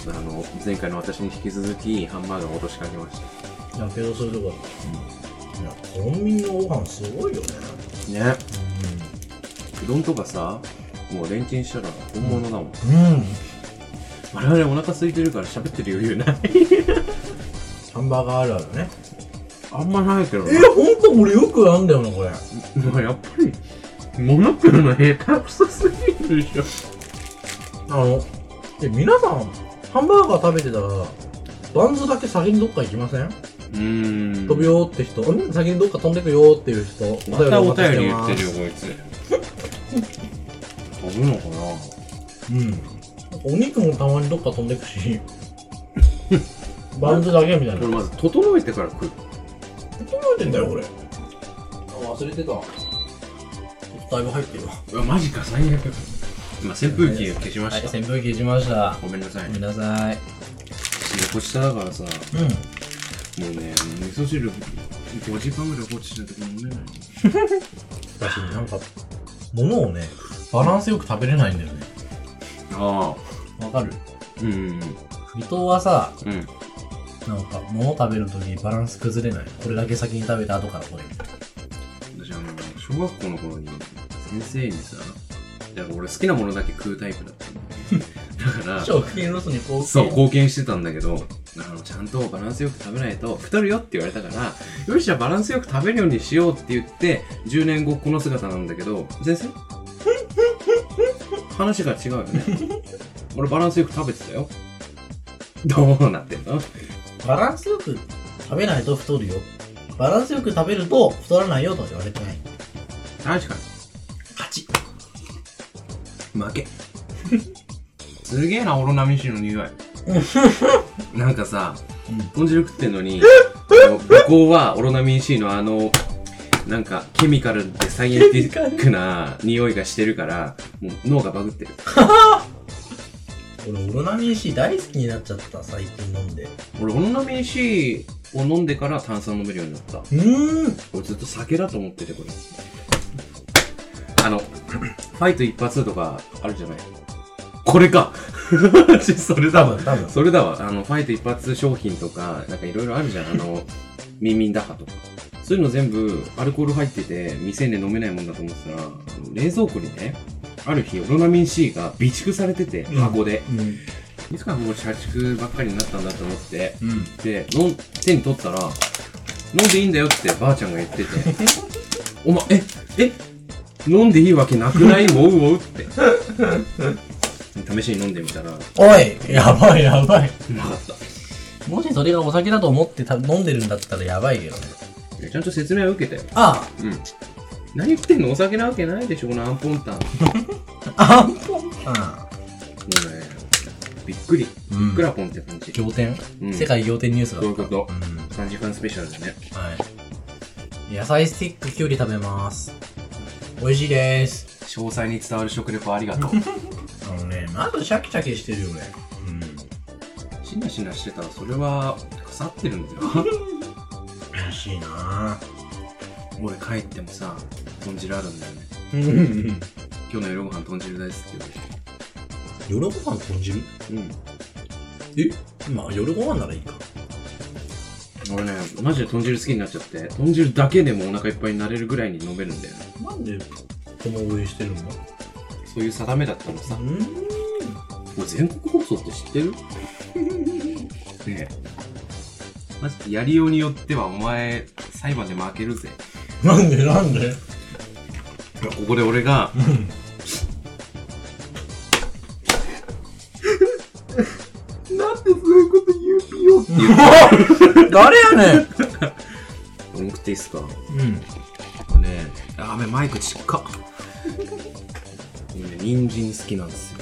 [SPEAKER 2] あの前回の私に引き続きハンバーガーを落としかけまし
[SPEAKER 1] いやけどそういうとこだ。いや、コンビニのご飯すごいよね。
[SPEAKER 2] たねうどんとかさもうレンチンしたら本物だもん、
[SPEAKER 1] うん。うん。
[SPEAKER 2] 我々お腹空いてるから喋ってる余裕ない
[SPEAKER 1] ハンバーガーあるあるね。
[SPEAKER 2] あんまないけど
[SPEAKER 1] いや、ほんと俺よくあんだよな、これ。
[SPEAKER 2] まあやっぱりモノクロの下手くそすぎるでしょ
[SPEAKER 1] あの、え、皆さん、ハンバーガー食べてたら、バンズだけ先にどっか行きません、
[SPEAKER 2] うーん
[SPEAKER 1] 飛ぶよーって人、うん先にどっか飛んでくよーっていう人、お
[SPEAKER 2] またお便り
[SPEAKER 1] り
[SPEAKER 2] 言
[SPEAKER 1] お
[SPEAKER 2] っ
[SPEAKER 1] 待
[SPEAKER 2] て
[SPEAKER 1] ち
[SPEAKER 2] る
[SPEAKER 1] し
[SPEAKER 2] よこいつ飛ぶのかな
[SPEAKER 1] ますうん。お肉もたまにどっか飛んでく し、バンズだけみたいな。
[SPEAKER 2] これまず整えてから食う
[SPEAKER 1] 届いてんだよ、これ。あ、忘れてた。だいぶ入ってるわ。
[SPEAKER 2] うわマジか最悪今扇風機消しま
[SPEAKER 1] はい、
[SPEAKER 2] した、
[SPEAKER 1] 扇風機しました。
[SPEAKER 2] ごめんなさい
[SPEAKER 1] ごめんなさい。
[SPEAKER 2] 横下だからさも
[SPEAKER 1] うん。
[SPEAKER 2] うね味噌汁5時間ぐらい放置してたけど飲めない
[SPEAKER 1] だし、なんか、物をね、バランスよく食べれないんだよね。
[SPEAKER 2] ああ
[SPEAKER 1] わかる
[SPEAKER 2] うんうん
[SPEAKER 1] 伊藤はさ、
[SPEAKER 2] うん
[SPEAKER 1] なんか、物を食べるときバランス崩れない。これだけ先に食べた後からこれ。
[SPEAKER 2] 私あの小学校の頃に先生にさだから俺好きなものだけ食うタイプだったの だから
[SPEAKER 1] 食品ロスにこう
[SPEAKER 2] そう貢献してたんだけどあのちゃんとバランスよく食べないと太るよって言われたからよしじゃあバランスよく食べるようにしようって言って10年後この姿なんだけど先 生話が違うよね俺バランスよく食べてた よどうなってんの
[SPEAKER 1] バランスよく食べないと太るよ。バランスよく食べると太らないよとは言われてない。
[SPEAKER 2] 確かに勝ち負けすげえなオロナミンシーの匂いなんかさ
[SPEAKER 1] うん。
[SPEAKER 2] 豚汁食ってんのにあの向こうはオロナミン C のあのなんかケミカルでサイエンティックな匂いがしてるからもう脳がバグってる
[SPEAKER 1] 俺、オロナミン C 大好きになっちゃった、最近飲んで。う
[SPEAKER 2] 俺オロナミン C を飲んでから炭酸飲めるようになった
[SPEAKER 1] ーん。
[SPEAKER 2] 俺ずっと酒だと思っててこれあのファイト一発とかあるじゃないこれか それだわ
[SPEAKER 1] 多分。
[SPEAKER 2] それだわあのファイト一発商品とかなんかいろいろあるじゃんあのミンミンダハとかそういうの全部アルコール入ってて未成年飲めないもんだと思ってたらあの冷蔵庫にねある日オロナミン C が備蓄されてて
[SPEAKER 1] うん
[SPEAKER 2] 箱で、
[SPEAKER 1] うん。
[SPEAKER 2] いつかもう社畜ばっかりになったんだと思って、
[SPEAKER 1] うん。
[SPEAKER 2] で、飲ん手に取ったら、飲んでいいんだよってばあちゃんが言 ってて、お前、え、え、飲んでいいわけなく ないもう、もうって。試しに飲んでみたら、なか
[SPEAKER 1] おいやばいやばい。
[SPEAKER 2] った。
[SPEAKER 1] もしそれがお酒だと思ってた飲んでるんだったらやばいけどね。
[SPEAKER 2] いやちゃんと説明は受けたよ。
[SPEAKER 1] あ
[SPEAKER 2] うん。何言ってんのお酒なわけないでしょ、このアンポンタン。も
[SPEAKER 1] あアンポンタ
[SPEAKER 2] うね、びっくり。
[SPEAKER 1] ンうん
[SPEAKER 2] クラポンって感じ。
[SPEAKER 1] 仰天、
[SPEAKER 2] うん
[SPEAKER 1] 世界仰天ニュースだった。
[SPEAKER 2] そういうこと
[SPEAKER 1] ん
[SPEAKER 2] 3時間スペシャルだね。
[SPEAKER 1] はい。野菜スティックきゅうり食べます。美味しいです。
[SPEAKER 2] 詳細に伝わる食レポありがとう。
[SPEAKER 1] あのね、まずシャキシャキしてるよね。うん。
[SPEAKER 2] しなしなしてたら、それは腐ってるんだよ。
[SPEAKER 1] 美味しいな
[SPEAKER 2] 俺帰ってもさ、豚汁あるんだよね。
[SPEAKER 1] うん。
[SPEAKER 2] 今日の夜ご飯豚汁ですって言
[SPEAKER 1] 夜ご飯豚汁
[SPEAKER 2] う
[SPEAKER 1] えまあ夜ご飯ならいいか。
[SPEAKER 2] うん。俺ね、マジで豚汁好きになっちゃって、豚汁だけでもお腹いっぱいになれるぐらいに飲めるんだよね。
[SPEAKER 1] なんでこの上してるの
[SPEAKER 2] そういう定めだったのさ。
[SPEAKER 1] ん。
[SPEAKER 2] もう全国放送って知ってる ねえ。マジでやりようによってはお前、裁判で負けるぜ。
[SPEAKER 1] なんでなんで
[SPEAKER 2] ここで俺が、なんでそういうこと言うぴよって言 う
[SPEAKER 1] 誰やねん
[SPEAKER 2] 俺も食っていいっすか
[SPEAKER 1] うん。
[SPEAKER 2] ねえやべマイクちっか俺ね人参好きなんですよ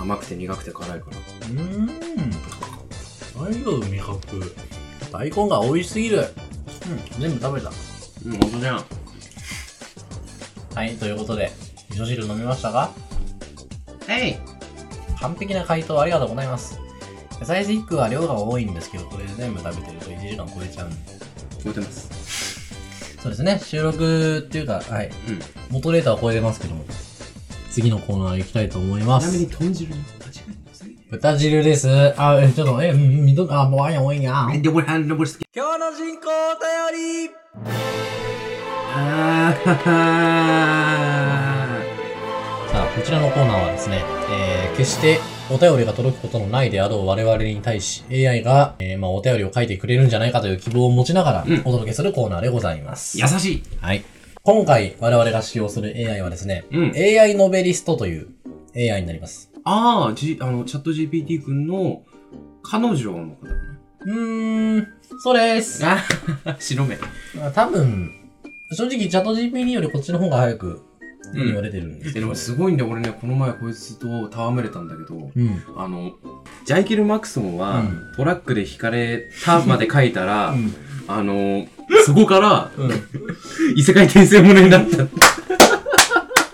[SPEAKER 2] 甘くて苦くて辛いから
[SPEAKER 1] うん。大丈夫、味覚。大根が美味しすぎる。うん、全部食べた。
[SPEAKER 2] うん本当じゃん
[SPEAKER 1] はい、ということで、味噌汁飲みましたか
[SPEAKER 2] えい
[SPEAKER 1] 完璧な回答ありがとうございます。野菜スティックは量が多いんですけど、これで全部食べてると1時間超えちゃうんで。
[SPEAKER 2] 覚えてます
[SPEAKER 1] そうですね、収録っていうか、はい、
[SPEAKER 2] うん
[SPEAKER 1] 元データは超えてますけども、次のコーナー行きたいと思いま
[SPEAKER 2] ちなみ
[SPEAKER 1] す
[SPEAKER 2] に。豚汁に間違いなさい
[SPEAKER 1] 豚汁です。あ、えちょっと、え、うん、みど、あ、もうあんやおいんや。
[SPEAKER 2] えでもハンドボルス
[SPEAKER 1] 今日の人口お便り
[SPEAKER 2] あーはは
[SPEAKER 1] さあ、こちらのコーナーはですね、えー、決してお便りが届くことのないであろう我々に対し、AI が、えー、まあ、お便りを書いてくれるんじゃないかという希望を持ちながら、
[SPEAKER 2] うん
[SPEAKER 1] お届けするコーナーでございます。
[SPEAKER 2] 優しい
[SPEAKER 1] はい。今回、我々が使用する AI はですね、
[SPEAKER 2] うん
[SPEAKER 1] AI ノベリストという AI になります。
[SPEAKER 2] ああ、G、あの、チャット GPT 君の彼女の方か
[SPEAKER 1] うーん、そうです。
[SPEAKER 2] な。あ白目。
[SPEAKER 1] まあ多分、正直、チャット GPT よりこっちの方が早く、には出てるんですけ
[SPEAKER 2] で
[SPEAKER 1] ど。
[SPEAKER 2] もすごいんだよ、俺ね、この前こいつと戯れたんだけど、
[SPEAKER 1] うん。
[SPEAKER 2] あの、ジャイキル・マクソンは、
[SPEAKER 1] うん
[SPEAKER 2] トラックで引かれたまで書いたら、
[SPEAKER 1] うん。
[SPEAKER 2] あの、そこから、
[SPEAKER 1] うん。
[SPEAKER 2] 異世界転生ものになった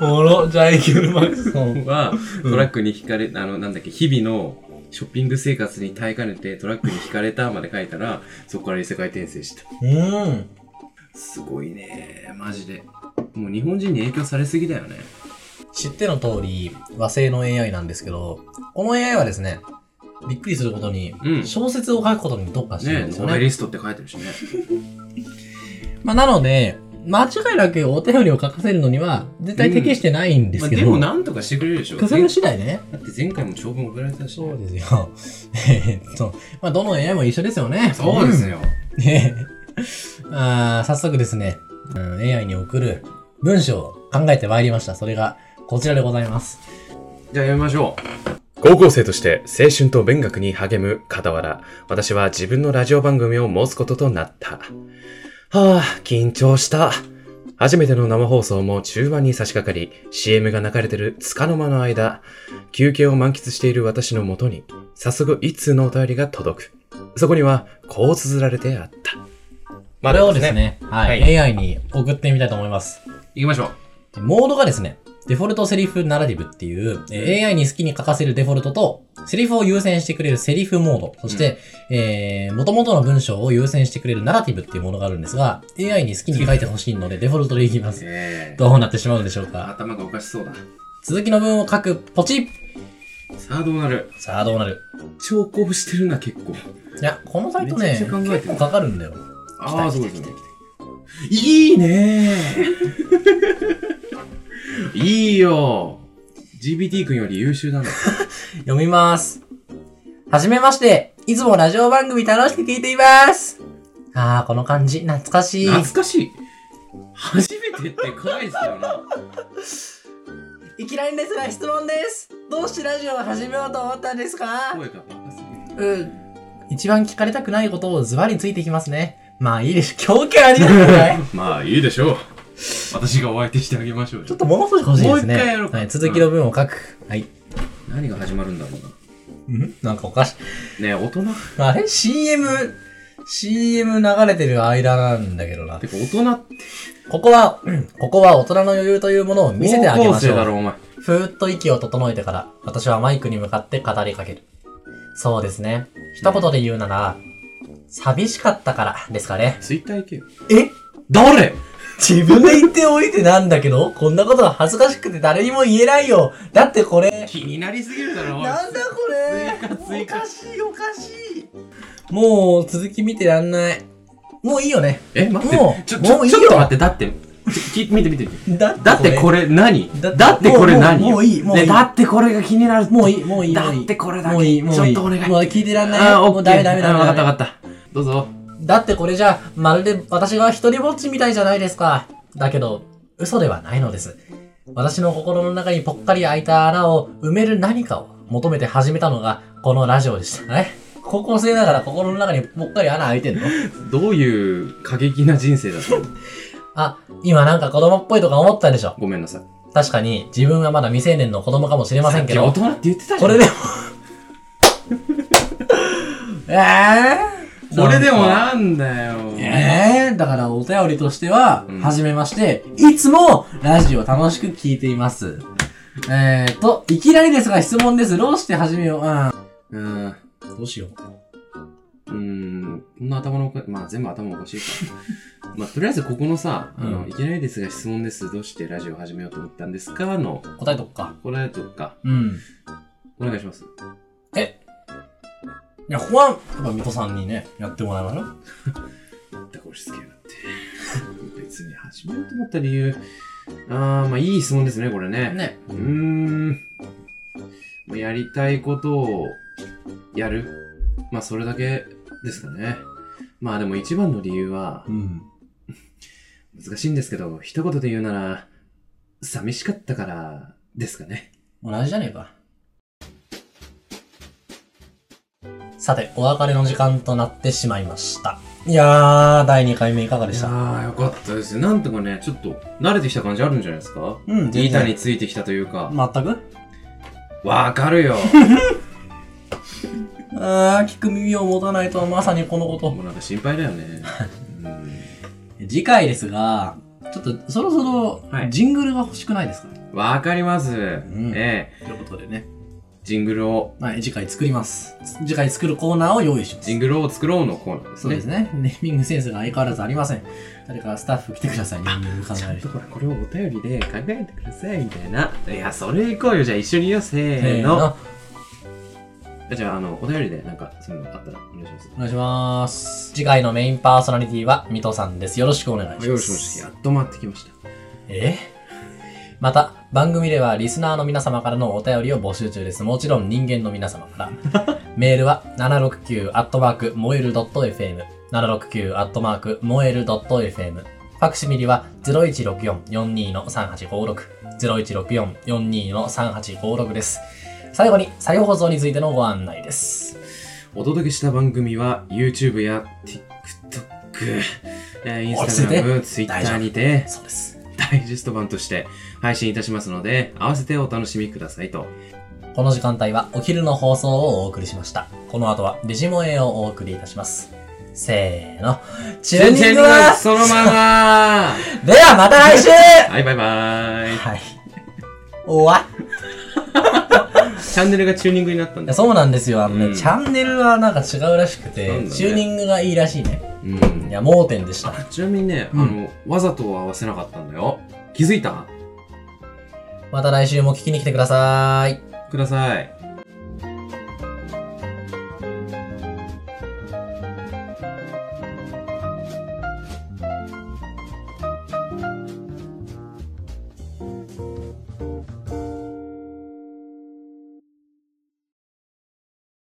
[SPEAKER 1] おろ、じゃあ、イキュルマクソン。
[SPEAKER 2] のは、トラックに引かれ、あの、なんだっけ、日々のショッピング生活に耐えかねて、トラックに引かれたまで書いた ら、そこから異世界転生した。
[SPEAKER 1] うん。
[SPEAKER 2] すごいねマジで。もう日本人に影響されすぎだよね。
[SPEAKER 1] 知っての通り、和製の AI なんですけど、この AI はですね、びっくりすることに、
[SPEAKER 2] うん
[SPEAKER 1] 小説を書くことに特化してるん
[SPEAKER 2] ね
[SPEAKER 1] ですよ
[SPEAKER 2] ノ
[SPEAKER 1] ね。
[SPEAKER 2] ベリストって書いてるしね。
[SPEAKER 1] まあ、なので、間違いなくお便りを書かせるのには、絶対適してないんで
[SPEAKER 2] まあ、
[SPEAKER 1] すけ
[SPEAKER 2] で
[SPEAKER 1] ど、
[SPEAKER 2] もなんとかしてくれるでしょ。
[SPEAKER 1] それ次第ね。
[SPEAKER 2] だって前回も長文送られてたしね、
[SPEAKER 1] そうですよ。 えーっと、まあ、どの AI も一緒ですよね。
[SPEAKER 2] そうですよ。
[SPEAKER 1] うん。ねえあー早速ですね、うん、AI に送る文章を考えてまいりました。それが、こちらでございます。
[SPEAKER 2] じゃあやめましょう。高校生として青春と勉学に励む傍ら、私は自分のラジオ番組を持つこととなった。はあ、緊張した。初めての生放送も中盤に差し掛かり、CM が流れてる束の間の間、休憩を満喫している私のもとに、早速一通のお便りが届く。そこには、こう綴られてあった。
[SPEAKER 1] これをです。ね、はい、
[SPEAKER 2] は
[SPEAKER 1] AI に送ってみたいと思います。
[SPEAKER 2] 行きましょう。
[SPEAKER 1] でモードがですね、デフォルトセリフナラティブっていう、えー AI に好きに書かせるデフォルトと、セリフを優先してくれるセリフモード、そして、えー、元々の文章を優先してくれるナラティブっていうものがあるんですが、AI に好きに書いてほしいので、デフォルトでいきます。
[SPEAKER 2] え
[SPEAKER 1] どうなってしまうんでしょうか。
[SPEAKER 2] 頭がおかしそうだ。
[SPEAKER 1] 続きの文を書く、ポチ
[SPEAKER 2] さあどうなる
[SPEAKER 1] さあどうなる
[SPEAKER 2] 超興奮してるな、結構。
[SPEAKER 1] いや、このサイト
[SPEAKER 2] め
[SPEAKER 1] ね、
[SPEAKER 2] ちゃくちゃ考えてる
[SPEAKER 1] 結構かかるんだよ。
[SPEAKER 2] ああ、
[SPEAKER 1] 来
[SPEAKER 2] そ
[SPEAKER 1] た
[SPEAKER 2] うですね。いいねーいいよ !GBT 君より優秀だな。
[SPEAKER 1] 読みます。はじめまして。いつもラジオ番組楽しく聞いています。あー、この感じ、懐かしい。
[SPEAKER 2] 懐かしい。初めてって怖いですよな。
[SPEAKER 1] いきなりですが質問です。どうしてラジオを始めようと思ったんですか
[SPEAKER 2] 声が若すぎる。
[SPEAKER 1] うん。一番聞かれたくないことをズバリついてきますね。まあいいでしょ。狂犬ありだよね。
[SPEAKER 2] まあいいでしょう。私がお相手してあげましょうよ
[SPEAKER 1] ちょっと物少し欲しいですね。
[SPEAKER 2] もう一回やろうか
[SPEAKER 1] はい、続きの文を書く。はい。
[SPEAKER 2] 何が始まるんだろうな。ね
[SPEAKER 1] うんなんかおかしい。
[SPEAKER 2] え、大人っ
[SPEAKER 1] あれ ?CM、CM 流れてる間なんだけどな。
[SPEAKER 2] てか大人って
[SPEAKER 1] ここは、うんここは大人の余裕というものを見せてあげましょ
[SPEAKER 2] 高校生だ
[SPEAKER 1] う。
[SPEAKER 2] ろ、お前。
[SPEAKER 1] ふーっと息を整えてから、私はマイクに向かって語りかける。そうですね。一言で言うなら、寂しかったからですかね。
[SPEAKER 2] ツイッター行けよ。
[SPEAKER 1] え
[SPEAKER 2] 誰
[SPEAKER 1] 自分で言っておいてなんだけど、こんなことは恥ずかしくて誰にも言えないよ。だってこれ、
[SPEAKER 2] 気になりすぎるだろ、おい
[SPEAKER 1] なんだこれ
[SPEAKER 2] 追加追加
[SPEAKER 1] おかしいおかしいもう続き見てらんない。もういいよね。
[SPEAKER 2] え、待って。
[SPEAKER 1] もう
[SPEAKER 2] ちょ、ちょ、
[SPEAKER 1] もういいよ
[SPEAKER 2] ちょっと待って、だって。ちき見て見て見て。
[SPEAKER 1] だって
[SPEAKER 2] だってこれ何
[SPEAKER 1] だって
[SPEAKER 2] だってこれ何
[SPEAKER 1] もうもうもういいもういい
[SPEAKER 2] ねだってこれが気になる。
[SPEAKER 1] もういい、もういい、も
[SPEAKER 2] だ
[SPEAKER 1] うい
[SPEAKER 2] っ
[SPEAKER 1] い。
[SPEAKER 2] てこれだけ。
[SPEAKER 1] もういい、もういい。
[SPEAKER 2] ちょっとお願い。
[SPEAKER 1] もう聞いてらんない
[SPEAKER 2] あ
[SPEAKER 1] よ。
[SPEAKER 2] ー、
[SPEAKER 1] もう
[SPEAKER 2] オッケ
[SPEAKER 1] ダ
[SPEAKER 2] ー。
[SPEAKER 1] メダメダメ
[SPEAKER 2] あー
[SPEAKER 1] ダメ。
[SPEAKER 2] わかったわかった。どうぞ。
[SPEAKER 1] だってこれじゃ、まるで私が一人ぼっちみたいじゃないですか。だけど、嘘ではないのです。私の心の中にぽっかり開いた穴を埋める何かを求めて始めたのが、このラジオでしたね。高校生ながら心の中にぽっかり穴開いてんの
[SPEAKER 2] どういう過激な人生 だったの
[SPEAKER 1] あ、今なんか子供っぽいとか思ったでしょ。
[SPEAKER 2] ごめんなさい。
[SPEAKER 1] 確かに、自分はまだ未成年の子供かもしれませんけ
[SPEAKER 2] さ
[SPEAKER 1] ど
[SPEAKER 2] っき、大人って言ってたじゃん。
[SPEAKER 1] これでも えー
[SPEAKER 2] これでもなんだよ。
[SPEAKER 1] ええだからお便りとしては
[SPEAKER 2] うん、
[SPEAKER 1] はじめまして、いつもラジオ楽しく聞いています。えーと、いきなりですが質問です。どうして始めよう。う。
[SPEAKER 2] うん。うん
[SPEAKER 1] どうしよう。
[SPEAKER 2] ーん。こんな頭のおかまあ全部頭おか しいから。まあとりあえずここのさ、あの、
[SPEAKER 1] うん
[SPEAKER 2] いきなりですが質問です。どうしてラジオ始めようと思ったんですかの、
[SPEAKER 1] 答えとくか。
[SPEAKER 2] これとか、
[SPEAKER 1] うん。
[SPEAKER 2] お願いします。
[SPEAKER 1] いや、ここは、やっぱ水戸さんにね、やってもらいましょう。
[SPEAKER 2] 全く押し付けやがって。別に始めようと思った理由。あー、まあいい質問ですね、これね。
[SPEAKER 1] ね。
[SPEAKER 2] うーん。まあやりたいことをやる。まあそれだけですかね。まあでも一番の理由は
[SPEAKER 1] う、ん。
[SPEAKER 2] 難しいんですけど、一言で言うなら、寂しかったからですかね。
[SPEAKER 1] 同じじゃねえか。さて、お別れの時間となってしまいました。いやー、第2回目いかがでした
[SPEAKER 2] ー、よかったですよ。なんとかね、ちょっと慣れてきた感じあるんじゃないですか
[SPEAKER 1] うん全
[SPEAKER 2] 板
[SPEAKER 1] 然
[SPEAKER 2] についてきたというか。
[SPEAKER 1] 全く
[SPEAKER 2] わかるよ。
[SPEAKER 1] あー、聞く耳を持たないとはまさにこのこと。
[SPEAKER 2] もうなんか心配だよ ね。うん
[SPEAKER 1] 次回ですが、ちょっとそろそ
[SPEAKER 2] は
[SPEAKER 1] ろ
[SPEAKER 2] い
[SPEAKER 1] ジングルが欲しくないですか、
[SPEAKER 2] わかります。
[SPEAKER 1] ん
[SPEAKER 2] ええ
[SPEAKER 1] ということでね。
[SPEAKER 2] ジングルを、
[SPEAKER 1] はい、次回作ります。次回作るコーナーを用意します。
[SPEAKER 2] ジングルを作ろうのコーナーです
[SPEAKER 1] そう
[SPEAKER 2] ね。
[SPEAKER 1] ですね。ネーミングセンスが相変わらずありません。誰かスタッフ来てください、ネーミング考
[SPEAKER 2] ちゃ
[SPEAKER 1] え
[SPEAKER 2] ん
[SPEAKER 1] る
[SPEAKER 2] と
[SPEAKER 1] 人。
[SPEAKER 2] ほら、これをお便りで考えてください、みたいな。いや、それ行こうよ。じゃあ一緒によ、せーの。
[SPEAKER 1] の。
[SPEAKER 2] じゃあ、あの、お便りで、なんか、そういうのあったらお願いします。
[SPEAKER 1] お願いします。次回のメインパーソナリティは、ミトさんです。よろしくお願いします。
[SPEAKER 2] よしよし、やっと回ってきました。
[SPEAKER 1] えまた、番組ではリスナーの皆様からのお便りを募集中です。もちろん人間の皆様 から。メールは、769-moel.fm。769-moel.fm。ファクシミリは、0164-42-3856。0164-42-3856です。最後に、再放送についてのご案内です。
[SPEAKER 2] お届けした番組は、YouTube や TikTok、えー、
[SPEAKER 1] 落ち着いて
[SPEAKER 2] Instagram、
[SPEAKER 1] 大丈
[SPEAKER 2] Twitter
[SPEAKER 1] 夫
[SPEAKER 2] にて、
[SPEAKER 1] そうです。
[SPEAKER 2] ダイジェスト版として配信いたしますので、合わせてお楽しみくださいと。
[SPEAKER 1] この時間帯はお昼の放送をお送りしました。この後はデジモエをお送りいたします。せーの。チューニングは
[SPEAKER 2] そのまま
[SPEAKER 1] ではまた来週
[SPEAKER 2] はい、バイバイ。
[SPEAKER 1] はい。おわ
[SPEAKER 2] チャンネルがチューニングになったん
[SPEAKER 1] い
[SPEAKER 2] で
[SPEAKER 1] や
[SPEAKER 2] す。
[SPEAKER 1] そうなんですよ。あのね、
[SPEAKER 2] うん
[SPEAKER 1] チャンネルはなんか違うらしくて、
[SPEAKER 2] なんだね
[SPEAKER 1] チューニングがいいらしいね。
[SPEAKER 2] うん
[SPEAKER 1] いや、盲点でした。
[SPEAKER 2] ちなみにね、
[SPEAKER 1] うん
[SPEAKER 2] あの、わざとは合わせなかったんだよ。気づいた
[SPEAKER 1] また来週も聞きに来てください。
[SPEAKER 2] ください。